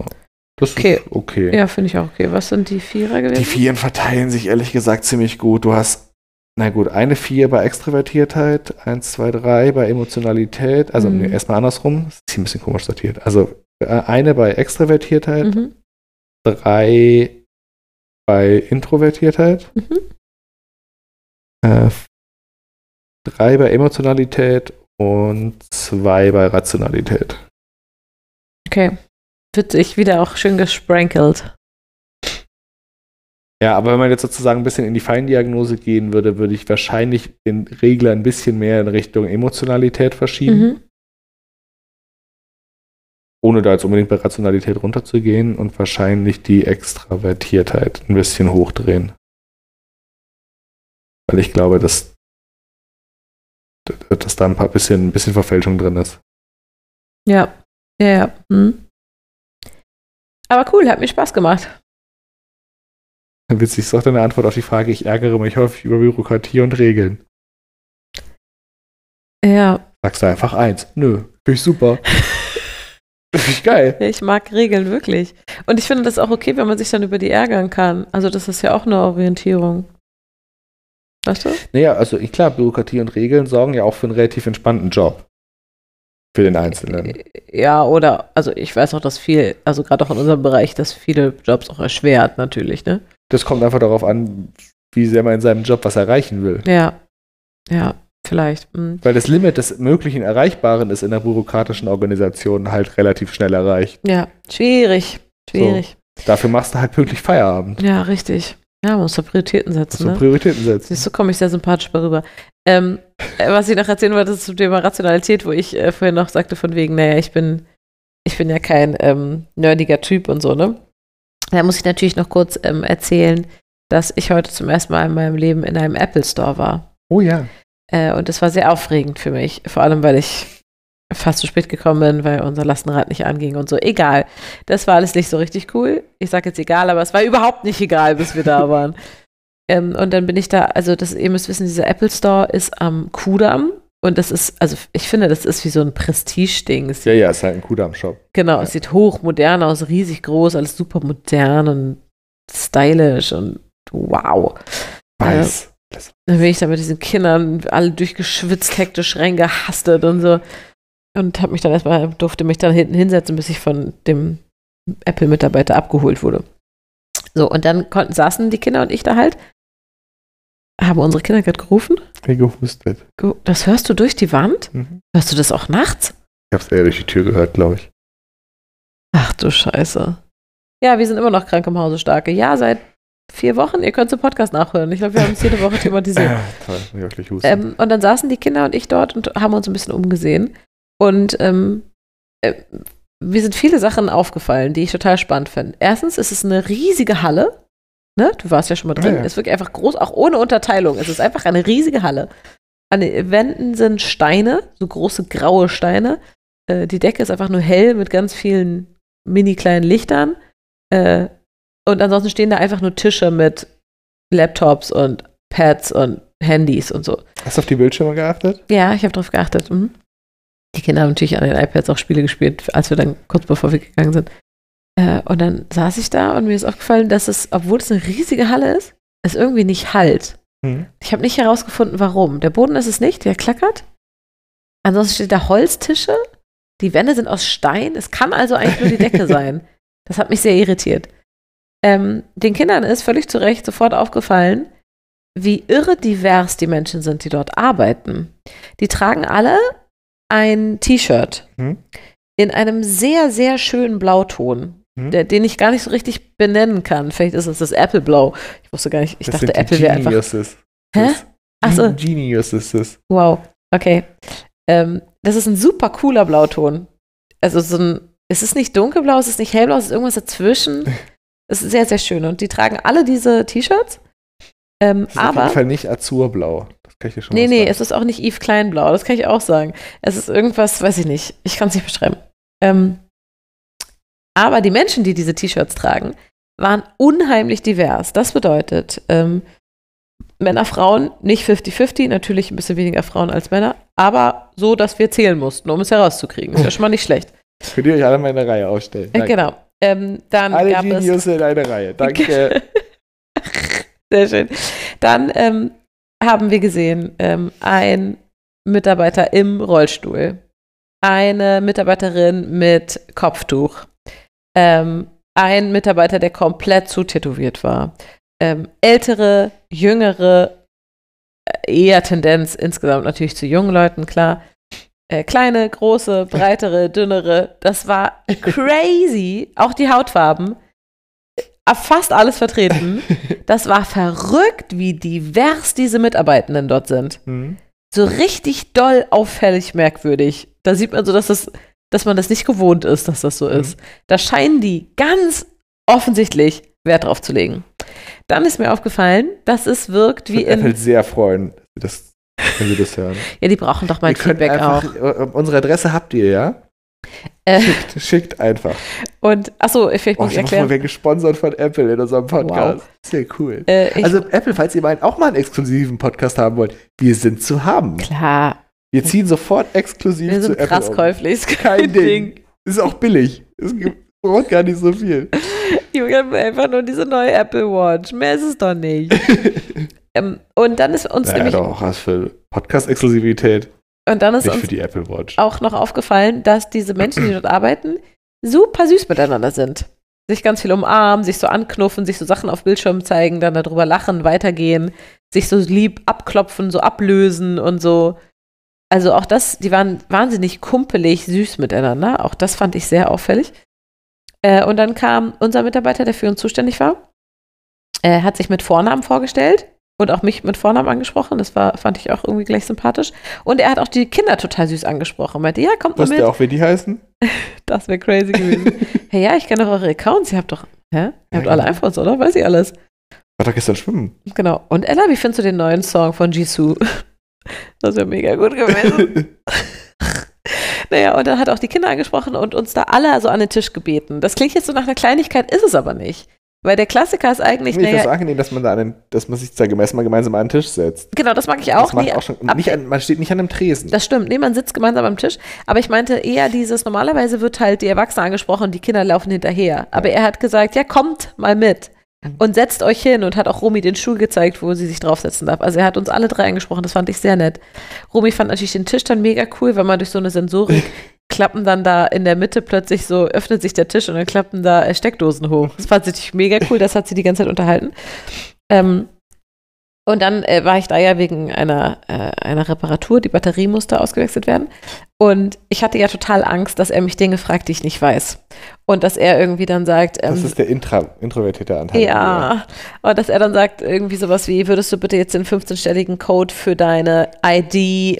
D: Das
E: Okay.
D: ist okay.
E: ja finde ich auch okay. Was sind die Vierer gewesen?
D: Die Vieren verteilen sich ehrlich gesagt ziemlich gut. Du hast, na gut, eine Vier bei Extravertiertheit, eins, zwei, drei bei Emotionalität, also
E: Mhm.
D: nee, erstmal andersrum, das ist hier ein bisschen komisch sortiert. Also äh, eine bei Extravertiertheit,
E: mhm.
D: drei bei Introvertiertheit,
E: Mhm.
D: äh, drei bei Emotionalität und zwei bei Rationalität.
E: Okay. Witzig, wieder auch schön gesprankelt.
D: Ja, aber wenn man jetzt sozusagen ein bisschen in die Feindiagnose gehen würde, würde ich wahrscheinlich den Regler ein bisschen mehr in Richtung Emotionalität verschieben,
E: Mhm.
D: ohne da jetzt unbedingt bei Rationalität runterzugehen und wahrscheinlich die Extravertiertheit ein bisschen hochdrehen. Weil ich glaube, dass, dass da ein paar bisschen, ein bisschen Verfälschung drin ist.
E: Ja. Ja, ja. Mhm. Aber cool, hat mir Spaß gemacht.
D: Witzig ist auch deine Antwort auf die Frage, ich ärgere mich häufig über Bürokratie und Regeln.
E: Ja.
D: Sagst du einfach eins. Nö, finde ich super. Finde ich geil.
E: Ich mag Regeln wirklich. Und ich finde das auch okay, wenn man sich dann über die ärgern kann. Also, das ist ja auch eine Orientierung. Weißt du?
D: Naja, also ich- klar, Bürokratie und Regeln sorgen ja auch für einen relativ entspannten Job. Für den Einzelnen.
E: Ja, oder, also ich weiß auch, dass viel, also gerade auch in unserem Bereich, dass viele Jobs auch erschwert, natürlich, ne?
D: Das kommt einfach darauf an, wie sehr man in seinem Job was erreichen will.
E: Ja. Ja, vielleicht. mm.
D: Weil das Limit des möglichen Erreichbaren ist in der bürokratischen Organisation halt relativ schnell erreicht.
E: Ja, schwierig. Schwierig.
D: Dafür machst du halt pünktlich Feierabend.
E: Ja, richtig. Ja, man muss da Prioritäten setzen,
D: Zu
E: ne?
D: Prioritäten setzen.
E: Siehst du, komme ich sehr sympathisch darüber. Ähm, äh, was ich noch erzählen wollte, ist zum Thema Rationalität, wo ich äh, vorhin noch sagte, von wegen, naja, ich bin, ich bin ja kein ähm, nerdiger Typ und so, ne? Da muss ich natürlich noch kurz ähm, erzählen, dass ich heute zum ersten Mal in meinem Leben in einem Apple Store war.
D: Oh ja.
E: Äh, und es war sehr aufregend für mich, vor allem weil ich fast zu spät gekommen bin, weil unser Lastenrad nicht anging und so. Egal. Das war alles nicht so richtig cool. Ich sage jetzt egal, aber es war überhaupt nicht egal, bis wir da waren. ähm, und dann bin ich da, also das, ihr müsst wissen, dieser Apple Store ist am Kudamm. Und das ist, also ich finde, das ist wie so ein Prestige-Ding. Es
D: Ja, ja, ist halt ein Kudamm-Shop.
E: Genau, es sieht hochmodern aus, riesig groß, alles super modern und stylisch und wow.
D: Weiß.
E: Dann bin ich da mit diesen Kindern alle durchgeschwitzt, hektisch reingehastet und so. Und hab mich dann erstmal, durfte mich dann hinten hinsetzen, bis ich von dem Apple-Mitarbeiter abgeholt wurde. So, und dann konnten, saßen die Kinder und ich da halt. Haben unsere Kinder gerade gerufen?
D: Wie gehustet.
E: Ge- Das hörst du durch die Wand?
D: Mhm.
E: Hörst du das auch nachts?
D: Ich hab's eher durch die Tür gehört, glaube ich.
E: Ach du Scheiße. Ja, wir sind immer noch krank im Hause, Starke. Ja, seit vier Wochen. Ihr könnt den Podcast nachhören. Ich glaube, wir haben es jede Woche thematisiert.
D: Toll, wirklich husten.
E: Ähm, und dann saßen die Kinder und ich dort und haben uns ein bisschen umgesehen. Und ähm, äh, mir sind viele Sachen aufgefallen, die ich total spannend finde. Erstens ist es eine riesige Halle. Ne? Du warst ja schon mal drin.
D: Ja, ja.
E: Ist wirklich einfach groß, auch ohne Unterteilung. Es ist einfach eine riesige Halle. An den Wänden sind Steine, so große graue Steine. Äh, die Decke ist einfach nur hell mit ganz vielen mini kleinen Lichtern. Äh, und ansonsten stehen da einfach nur Tische mit Laptops und Pads und Handys und so.
D: Hast du auf die Bildschirme geachtet?
E: Ja, ich habe drauf geachtet. Mhm. Die Kinder haben natürlich an den iPads auch Spiele gespielt, als wir dann kurz bevor wir gegangen sind. Äh, und dann saß ich da und mir ist aufgefallen, dass es, obwohl es eine riesige Halle ist, es irgendwie nicht halt.
D: Mhm.
E: Ich habe nicht herausgefunden, warum. Der Boden ist es nicht, der klackert. Ansonsten steht da Holztische. Die Wände sind aus Stein. Es kann also eigentlich nur die Decke sein. Das hat mich sehr irritiert. Ähm, den Kindern ist völlig zu Recht sofort aufgefallen, wie irre divers die Menschen sind, die dort arbeiten. Die tragen alle ein T-Shirt
D: Mhm.
E: in einem sehr, sehr schönen Blauton,
D: Mhm.
E: der, den ich gar nicht so richtig benennen kann. Vielleicht ist es das Apple-Blau. Ich wusste gar nicht, ich dachte, Apple wäre einfach.
D: Geniuses.
E: Hä? Ach so.
D: Geniuses ist es.
E: Wow, okay. Ähm, das ist ein super cooler Blauton. Also so ein, es ist nicht dunkelblau, es ist nicht hellblau, es ist irgendwas dazwischen. Es ist sehr, sehr schön. Und die tragen alle diese T-Shirts. Ähm,
D: Das ist auf
E: aber.
D: jeden Fall nicht Azurblau. Das kann ich dir schon
E: Nee,
D: mal
E: nee,
D: sagen.
E: es ist auch nicht Yves Kleinblau, das kann ich auch sagen. Es ist irgendwas, weiß ich nicht. Ich kann es nicht beschreiben. Ähm, Aber die Menschen, die diese T-Shirts tragen, waren unheimlich divers. Das bedeutet, ähm, Männer, Frauen, nicht 50-50, natürlich ein bisschen weniger Frauen als Männer, aber so, dass wir zählen mussten, um es herauszukriegen. Ist ja schon mal nicht schlecht.
D: Könnt ihr euch alle mal in der Reihe aufstellen.
E: Äh, genau. Ähm, dann
D: Alle
E: gab es.
D: Genius in einer Reihe. Danke.
E: Sehr schön. Dann ähm, haben wir gesehen, ähm, ein Mitarbeiter im Rollstuhl, eine Mitarbeiterin mit Kopftuch, ähm, ein Mitarbeiter, der komplett zutätowiert war, ähm, ältere, jüngere, äh, eher Tendenz insgesamt natürlich zu jungen Leuten, klar. Äh, kleine, große, breitere, dünnere. Das war crazy. Auch die Hautfarben. Äh, Fast alles vertreten. Das war verrückt, wie divers diese Mitarbeitenden dort sind.
D: Hm.
E: So richtig doll auffällig merkwürdig. Da sieht man so, dass, das, dass man das nicht gewohnt ist, dass das so
D: Mhm.
E: ist. Da scheinen die ganz offensichtlich Wert drauf zu legen. Dann ist mir aufgefallen, dass es wirkt wie
D: Würde Apple
E: in.
D: sehr freuen, dass, wenn sie das hören.
E: Ja, die brauchen doch
D: Ihr
E: mein
D: könnt
E: Feedback
D: einfach,
E: auch.
D: äh, Unsere Adresse habt ihr, ja?
E: Äh.
D: Schickt, schickt einfach.
E: Und, achso, vielleicht
D: Oh,
E: muss
D: ich hoffe,
E: ich
D: wir
E: erklären.
D: werden gesponsert von Apple in unserem Podcast.
E: Wow.
D: Sehr cool.
E: Äh, ich,
D: also Apple, falls ihr mal auch mal einen exklusiven Podcast haben wollt, wir sind zu haben.
E: klar,
D: Wir ziehen sofort exklusiv
E: wir
D: zu
E: sind
D: Apple.
E: krass
D: um.
E: käuflich. ist
D: Kein Ding. Ist auch billig. Es gibt- braucht gar nicht so viel.
E: Julian will einfach nur diese neue Apple Watch. Mehr ist es doch nicht. ähm, und dann ist uns
D: Naja,
E: nämlich,
D: doch, was für Podcast-Exklusivität.
E: und dann ist
D: Nicht für
E: uns
D: die Apple Watch.
E: auch noch aufgefallen, dass diese Menschen, die dort arbeiten, super süß miteinander sind. Sich ganz viel umarmen, sich so anknuffen, sich so Sachen auf Bildschirm zeigen, dann darüber lachen, weitergehen, sich so lieb abklopfen, so ablösen und so. Also auch das, die waren wahnsinnig kumpelig süß miteinander. Auch das fand ich sehr auffällig. Äh, und dann kam unser Mitarbeiter, der für uns zuständig war, äh, hat sich mit Vornamen vorgestellt und auch mich mit Vornamen angesprochen. Das war, fand ich auch irgendwie gleich sympathisch. Und er hat auch die Kinder total süß angesprochen. Meinte, ja, kommt mal
D: Wisst
E: mit.
D: ihr auch, wie die heißen?
E: Das wäre crazy gewesen. hey, ja, ich kenne doch eure Accounts. Ihr habt doch, hä? Ihr habt
D: Ja,
E: alle
D: genau.
E: iPhones, oder? Weiß ich alles.
D: War doch gestern schwimmen.
E: Genau. Und Ella, wie findest du den neuen Song von Jisoo? Das wäre mega gut gewesen. naja, und dann hat auch die Kinder angesprochen und uns da alle so an den Tisch gebeten. Das klingt jetzt so nach einer Kleinigkeit, ist es aber nicht. Weil der Klassiker ist eigentlich,
D: Ich finde es
E: naja,
D: angenehm, dass man, da an den, dass man sich da erstmal gemeinsam an den Tisch setzt.
E: genau, das mag ich auch.
D: das macht
E: nie.
D: auch schon,
E: ab-
D: nicht an, man steht nicht an einem Tresen.
E: Das stimmt. Nee, man sitzt gemeinsam am Tisch. Aber ich meinte eher dieses, normalerweise wird halt die Erwachsene angesprochen und die Kinder laufen hinterher. Aber er hat gesagt, ja, kommt mal mit. Und setzt euch hin und hat auch Romy den Stuhl gezeigt, wo sie sich draufsetzen darf. Also er hat uns alle drei angesprochen, das fand ich sehr nett. Romy fand natürlich den Tisch dann mega cool, weil man durch so eine Sensorik klappen dann da in der Mitte plötzlich so, öffnet sich der Tisch und dann klappen da äh, Steckdosen hoch. Das fand sie natürlich mega cool, das hat sie die ganze Zeit unterhalten. Ähm, und dann äh, war ich da ja wegen einer, äh, einer Reparatur, die Batterie musste ausgewechselt werden. Und ich hatte ja total Angst, dass er mich Dinge fragt, die ich nicht weiß. Und dass er irgendwie dann sagt, ähm,
D: Das ist der Intra, introvertierte Anteil.
E: ja. Und dass er dann sagt, irgendwie sowas wie, würdest du bitte jetzt den 15-stelligen Code für deine ID,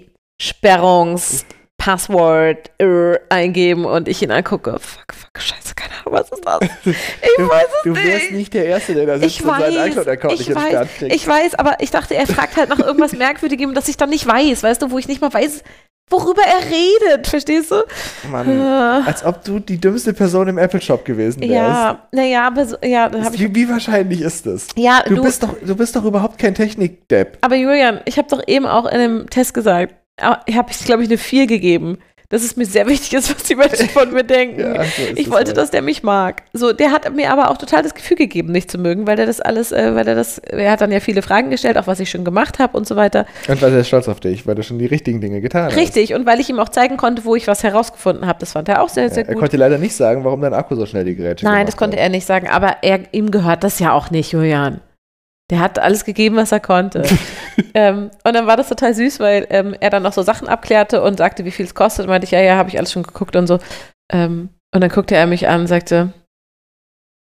E: Sperrungs, Passwort äh, eingeben und ich ihn angucke. Fuck, fuck, scheiße, keine Ahnung, was ist das? Ich
D: Du,
E: weiß es
D: du
E: nicht.
D: wärst nicht der Erste, der da sitzt
E: Ich
D: und seinen
E: weiß,
D: iCloud-Account nicht
E: ich,
D: entsperrt
E: weiß,
D: kriegt.
E: ich weiß, aber ich dachte, er fragt halt nach irgendwas Merkwürdigem, das ich dann nicht weiß, weißt du, wo ich nicht mal weiß, worüber er redet, verstehst du?
D: Mann, als ob du die dümmste Person im Apple-Shop gewesen wärst.
E: äh. ja, naja, aber so, ja, dann habe ich.
D: wie, wie wahrscheinlich ist das?
E: Ja,
D: Du, bist doch, du bist doch überhaupt kein Technik-Depp.
E: Aber Julian, ich habe doch eben auch in dem Test gesagt, ah, ich habe ich, glaube ich, eine 4 gegeben. Dass es mir sehr wichtig ist, was die Menschen von mir denken.
D: Ja, so ist
E: ich
D: es
E: wollte,
D: halt.
E: dass der mich mag. So, der hat mir aber auch total das Gefühl gegeben, mich zu mögen, weil er das alles, äh, weil er das, er hat dann ja viele Fragen gestellt, auch was ich schon gemacht habe und so weiter.
D: Und war sehr stolz auf dich, weil du schon die richtigen Dinge getan hast.
E: Richtig, und weil ich ihm auch zeigen konnte, wo ich was herausgefunden habe. Das fand er auch sehr,
D: Ja,
E: sehr
D: er
E: gut.
D: konnte leider nicht sagen, warum dein Akku so schnell die Geräte
E: Nein, das konnte er nicht sagen, aber er, ihm gehört das ja auch nicht, Julian. Der hat alles gegeben, was er konnte. ähm, und dann war das total süß, weil ähm, er dann noch so Sachen abklärte und sagte, wie viel es kostet. Und meinte ich, ja, ja, habe ich alles schon geguckt und so. Ähm, und dann guckte er mich an und sagte,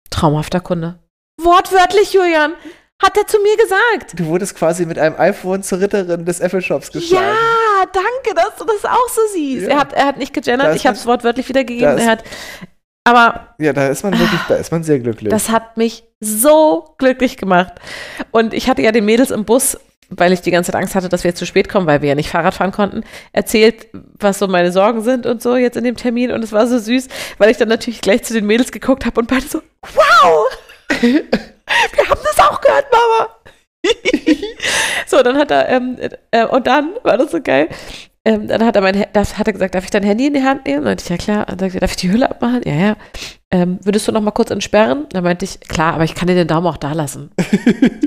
E: traumhafter Kunde. Wortwörtlich, Julian, hat er zu mir gesagt.
D: Du wurdest quasi mit einem iPhone zur Ritterin des Apple-Shops geschlagen.
E: Ja, danke, dass du das auch so siehst.
D: Ja.
E: Er, hat, er hat nicht
D: Da
E: gegendert,
D: ist
E: ich habe es wortwörtlich wiedergegeben.
D: da ist-
E: Er hat, aber
D: Ja, da ist man wirklich, da ist man sehr glücklich.
E: das hat mich so glücklich gemacht. Und ich hatte ja den Mädels im Bus weil ich die ganze Zeit Angst hatte, dass wir jetzt zu spät kommen, weil wir ja nicht Fahrrad fahren konnten, erzählt, was so meine Sorgen sind und so jetzt in dem Termin. Und es war so süß, weil ich dann natürlich gleich zu den Mädels geguckt habe und beide so, wow! wir haben das auch gehört, Mama! so, dann hat er, ähm, äh, und dann war das so geil. Ähm, dann hat er mein, He- das hat er gesagt, darf ich dein Handy in die Hand nehmen? Und ich, ja klar. Und dann sagt er, darf ich die Hülle abmachen? Ja, ja. Ähm, würdest du noch mal kurz entsperren? Dann meinte ich, klar, aber ich kann dir den Daumen auch da lassen.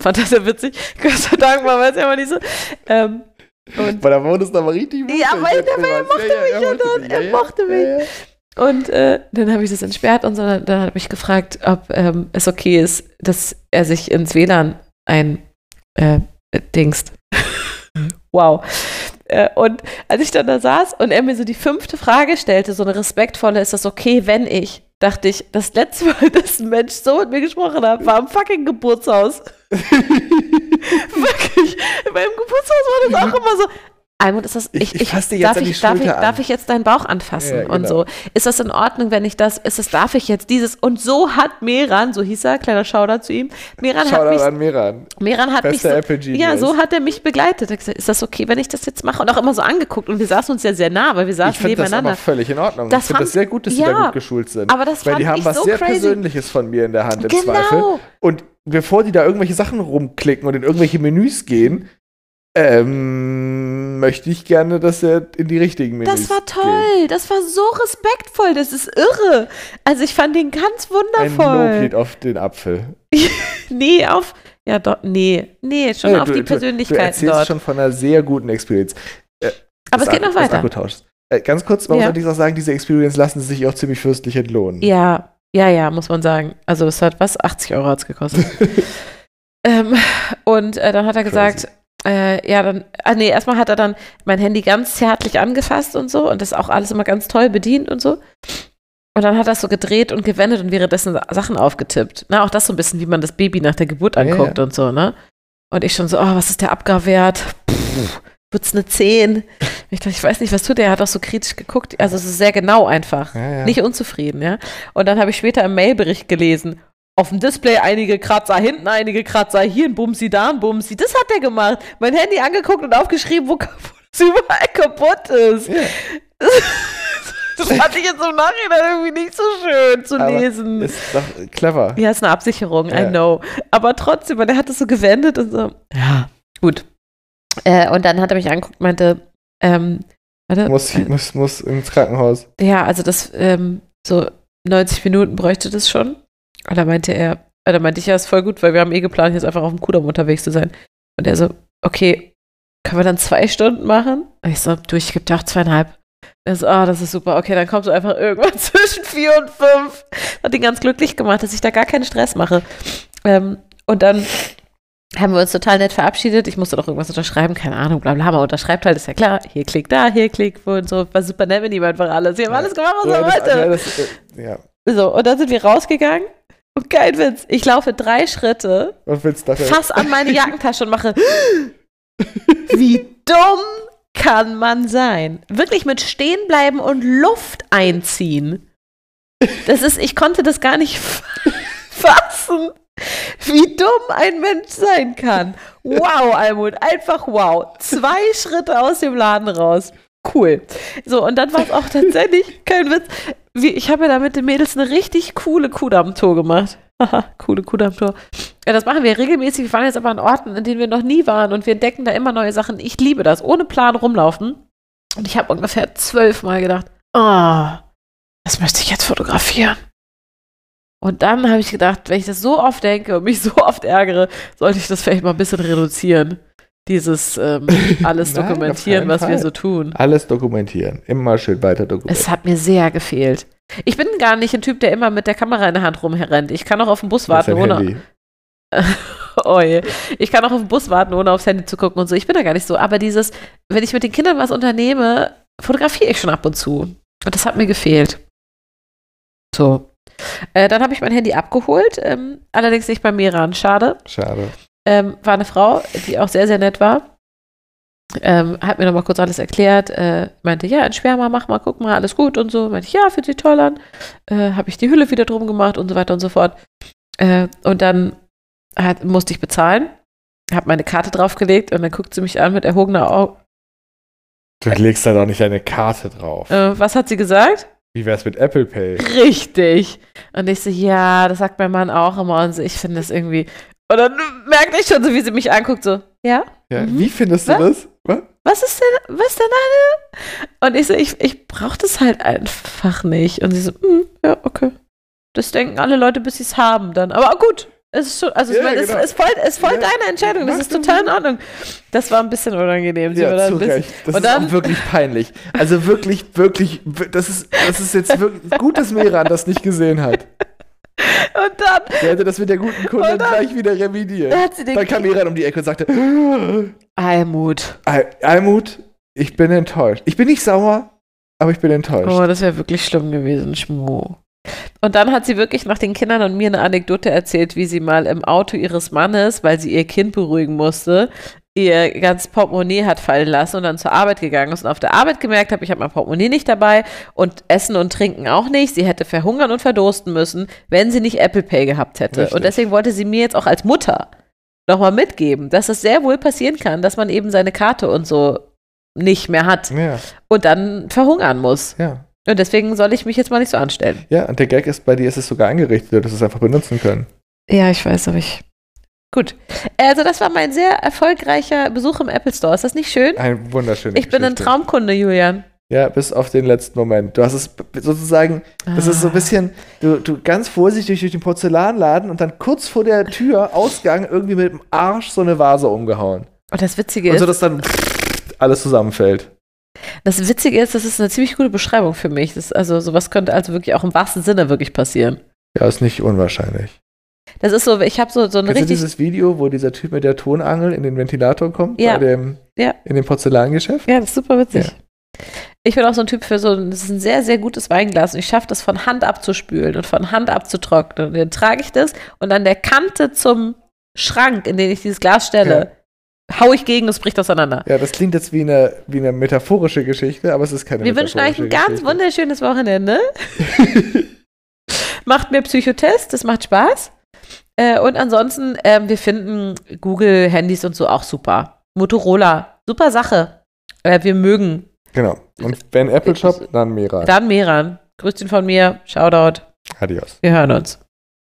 E: Fand das ja witzig. Gott sei Dank, man weiß ja immer nicht so. Ähm, und
D: Weil da wurde es aber richtig witzig.
E: Ja, weil der- weil er mochte mich ja dann, er mochte mich. Und äh, dann habe ich das entsperrt und so, dann, dann hat er mich gefragt, ob ähm, es okay ist, dass er sich ins WLAN ein äh, äh, dingst. wow. Äh, Und als ich dann da saß und er mir so die fünfte Frage stellte, so eine respektvolle, ist das okay, wenn ich, dachte ich, das letzte Mal, dass ein Mensch so mit mir gesprochen hat, war im fucking Geburtshaus. Wirklich. In meinem Geburtshaus war das auch immer so. Almut, ist das,
D: Ich-
E: ich,
D: ich
E: ich,
D: fass dir jetzt
E: darf,
D: an die
E: ich, darf, ich,
D: Schulter an.
E: darf ich jetzt deinen Bauch anfassen
D: Ja,
E: und
D: genau.
E: so. Ist das in Ordnung, wenn ich das, ist das, darf ich jetzt dieses? Und so hat Meran, so hieß er, kleiner Schauder zu ihm, Meran
D: Schau
E: hat mich
D: da an Meran.
E: Meran hat mich so,
D: Bester Apple Genius.
E: ja, so hat er mich begleitet. Er hat gesagt, ist das okay, wenn ich das jetzt mache? Und auch immer so angeguckt. Und wir saßen uns ja sehr nah, weil wir
D: Ich
E: saßen
D: finde das
E: nebeneinander.
D: aber völlig in Ordnung.
E: Das
D: ich finde
E: fand-
D: das sehr gut, dass die da
E: ja,
D: gut geschult sind.
E: aber das
D: Weil die
E: fand
D: haben
E: ich
D: was
E: so
D: sehr
E: crazy.
D: Persönliches von mir in der Hand im
E: Genau.
D: Zweifel. Und bevor die da irgendwelche Sachen rumklicken und in irgendwelche Menüs gehen, ähm, möchte ich gerne, dass er in die richtigen Menüs
E: das war
D: Geht.
E: toll. Das war so respektvoll. Das ist irre. Also ich fand den ganz
D: Ein Lob geht
E: wundervoll.
D: auf den Apfel.
E: nee, auf, ja doch, nee, nee, schon
D: Ja,
E: auf die
D: Äh, Du
E: Persönlichkeiten
D: erzählst
E: dort.
D: schon von einer sehr guten Experience. Äh,
E: Aber
D: des
E: es geht
D: Ak-
E: noch
D: des
E: weiter.
D: Akkutauschs. Äh, ganz kurz, man
E: Ja.
D: muss allerdings auch sagen, diese Experience lassen sie sich auch ziemlich fürstlich entlohnen.
E: Ja, ja, ja, muss man sagen. Also es hat was? 80 Euro hat es gekostet. ähm, und äh, dann hat er
D: Crazy.
E: gesagt, äh, ja, dann, ah nee, erstmal hat er dann mein Handy ganz zärtlich angefasst und so und das auch alles immer ganz toll bedient und so. Und dann hat er es so gedreht und gewendet und währenddessen Sa- Sachen aufgetippt. Na, auch das so ein bisschen, wie man das Baby nach der Geburt
D: Ja, ja.
E: anguckt und so, ne? Und ich schon so, oh, was ist der Abgabewert? Pff, wird's eine 10? Ich dachte, ich weiß nicht, was tut der? Er hat auch so kritisch geguckt. Also es ist sehr genau einfach.
D: Ja, ja.
E: Nicht unzufrieden, ja. Und dann habe ich später im Mailbericht gelesen, auf dem Display einige Kratzer, hinten einige Kratzer, hier ein Bumsi, da ein Bumsi. Das hat er gemacht. Mein Handy angeguckt und aufgeschrieben, wo kaputt, es überall kaputt ist.
D: Ja.
E: Das fand ich jetzt im Nachhinein irgendwie nicht so schön zu
D: Aber
E: lesen.
D: Ist doch clever.
E: um- Ja, ist eine Absicherung,
D: Ja.
E: I know. Aber trotzdem, und er hat es so gewendet und so. Ja, gut. Äh, und dann hat er mich angeguckt, meinte, ähm, warte,
D: Muss, muss, muss ins Krankenhaus.
E: ja, also das, ähm, so 90 Minuten bräuchte das schon. Und da meinte er, äh, da meinte ich, ja, ist voll gut, weil wir haben eh geplant, jetzt einfach auf dem Kudamm unterwegs zu sein. Und er so, okay, können wir dann zwei Stunden machen? Und ich so, du, ich gebe dir auch zweieinhalb. Er so, ah, das ist super, okay, dann kommst du einfach irgendwann zwischen vier und fünf. Hat ihn ganz glücklich gemacht, dass ich da gar keinen Stress mache. Ähm, und dann haben wir uns total nett verabschiedet. Ich musste doch irgendwas unterschreiben, keine Ahnung, bla bla. Man unterschreibt halt, ist ja klar. Hier klick da, hier klick wo und so. War super nett mit ihm einfach alles. Wir haben alles gemacht, was
D: Ja,
E: er
D: das-
E: wollte.
D: ja, das- äh, ja.
E: So, und dann sind wir rausgegangen. Und kein Witz, ich laufe drei Schritte,
D: Und willst dafür.
E: fass an meine Jackentasche und mache, wie dumm kann man sein? Wirklich mit stehen bleiben und Luft einziehen. Das ist, ich konnte das gar nicht fassen, wie dumm ein Mensch sein kann. Wow, Almut, einfach wow. Zwei Schritte aus dem Laden raus. Cool. So, und dann war es auch tatsächlich, kein Witz, wie, ich habe ja da mit den Mädels eine richtig coole Kudamm-Tour gemacht. Haha, coole Kudamm-Tour. Ja, das machen wir regelmäßig. Wir fahren jetzt aber an Orten, in denen wir noch nie waren und wir entdecken da immer neue Sachen. Ich liebe das. Ohne Plan rumlaufen. Und ich habe ungefähr zwölfmal gedacht, oh, das möchte ich jetzt fotografieren. Und dann habe ich gedacht, wenn ich das so oft denke und mich so oft ärgere, sollte ich das vielleicht mal ein bisschen reduzieren. Dieses ähm, alles
D: Nein, auf
E: dokumentieren,
D: keinen
E: was wir
D: Fall.
E: so tun.
D: Alles dokumentieren. Immer schön weiter dokumentieren.
E: Es hat mir sehr gefehlt. Ich bin gar nicht ein Typ, der immer mit der Kamera in der Hand rumrennt. Ich kann auch auf den Bus warten,
D: Das ist ein
E: ohne.
D: Handy.
E: Oh je. Ich kann auch auf den Bus warten, ohne aufs Handy zu gucken und so. Ich bin da gar nicht so. Aber dieses, wenn ich mit den Kindern was unternehme, fotografiere ich schon ab und zu. Und das hat mir gefehlt. So. Äh, dann habe ich mein Handy abgeholt. Ähm, allerdings nicht bei Miran. Schade
D: Schade.
E: ähm, war eine Frau, die auch sehr, sehr nett war. Ähm, hat mir nochmal kurz alles erklärt, äh, meinte, ja, entsperr mal, mach mal, guck mal, alles gut und so. Meinte ich, ja, fühlt sich toll an. Äh, Habe ich die Hülle wieder drum gemacht und so weiter und so fort. Äh, und dann hat, musste ich bezahlen. habe meine Karte draufgelegt und dann guckt sie mich an mit erhobener Augen.
D: Du legst da doch nicht eine Karte drauf.
E: Äh, was hat sie gesagt?
D: Wie wär's mit Apple Pay?
E: Richtig. Und ich so, ja, das sagt mein Mann auch immer. Und so, ich finde das irgendwie. Und dann merkte ich schon so, wie sie mich anguckt, so, ja,
D: Ja,
E: Mhm.
D: Wie findest du das? Was?
E: was ist denn, was denn eine? Und ich so, ich, ich brauche das halt einfach nicht. Und sie so, "Mm, ja, okay. Das denken alle Leute, bis sie es haben dann. Aber gut, es ist schon, also
D: Ja,
E: ich meine,
D: genau.
E: es ist voll, es ist voll
D: Ja.
E: deine Entscheidung. Das
D: Mach
E: ist
D: doch
E: total in Ordnung. Das war ein bisschen unangenehm. Sie war dann
D: Ja, zu
E: ein bisschen,
D: Recht. Das
E: und
D: ist
E: dann-
D: auch wirklich peinlich. Also wirklich, wirklich, wir- das ist, das ist jetzt wirklich gut, dass Meran das nicht gesehen hat.
E: und dann
D: Der hätte das mit der guten Kundin gleich wieder revidiert.
E: Da hat sie den
D: dann kam Meran um die Ecke und sagte, "Al-
E: Almut.
D: Almut, ich bin enttäuscht. Ich bin nicht sauer, aber ich bin enttäuscht.
E: Oh, das wäre wirklich schlimm gewesen, Schmu. Und dann hat sie wirklich noch den Kindern und mir eine Anekdote erzählt, wie sie mal im Auto ihres Mannes, weil sie ihr Kind beruhigen musste, ihr ganzes Portemonnaie hat fallen lassen und dann zur Arbeit gegangen ist und auf der Arbeit gemerkt hat, ich habe mein Portemonnaie nicht dabei und Essen und Trinken auch nicht. Sie hätte verhungern und verdursten müssen, wenn sie nicht Apple Pay gehabt hätte.
D: Richtig.
E: Und deswegen wollte sie mir jetzt auch als Mutter nochmal mitgeben, dass es sehr wohl passieren kann, dass man eben seine Karte und so nicht mehr hat
D: Ja,
E: und dann verhungern muss.
D: ja.
E: Und deswegen soll ich mich jetzt mal nicht so anstellen.
D: Ja, und der Gag ist, bei dir ist es sogar eingerichtet, du hättest es einfach benutzen können.
E: Ja, ich weiß, aber ich. Gut. Also, das war mein sehr erfolgreicher Besuch im Apple Store. Ist das nicht schön?
D: Ein wunderschöner
E: Ich bin ein Traumkunde, Julian.
D: Ja, bis auf den letzten Moment. Du hast es b- sozusagen, das ist
E: Ah.
D: so ein bisschen, du, du ganz vorsichtig durch den Porzellanladen und dann kurz vor der Tür, Ausgang, irgendwie mit dem Arsch so eine Vase umgehauen.
E: Und Oh, das Witzige
D: Und so,
E: ist,
D: dass dann alles zusammenfällt.
E: das Witzige ist, das ist eine ziemlich gute Beschreibung für mich. Das, also, sowas könnte also wirklich auch im wahrsten Sinne wirklich passieren.
D: Ja, ist nicht unwahrscheinlich.
E: Das ist so, ich habe so, so
D: Kennst
E: eine
D: du
E: richtig.
D: dieses Video, wo dieser Typ mit der Tonangel in den Ventilator kommt?
E: Ja.
D: Bei dem,
E: Ja.
D: In dem Porzellangeschäft?
E: Ja, das ist super witzig.
D: Ja.
E: Ich bin auch so ein Typ für so ein, das ist ein sehr, sehr gutes Weinglas und ich schaffe das von Hand abzuspülen und von Hand abzutrocknen. Und dann trage ich das und an der Kante zum Schrank, in den ich dieses Glas stelle, hau ich gegen und es bricht auseinander.
D: Ja, das klingt jetzt wie eine, wie eine metaphorische Geschichte, aber es ist keine
E: Wir wünschen euch
D: metaphorische
E: ein ganz
D: Geschichte.
E: wunderschönes Wochenende. macht mir Psychotest, das macht Spaß. Äh, und ansonsten, ähm, wir finden Google-Handys und so auch super. Motorola, super Sache. Äh, wir mögen
D: Genau. Und wenn Apple Shop, dann Mira.
E: Dann Meran. Grüß ihn von mir. Shoutout.
D: Adios.
E: Wir hören uns.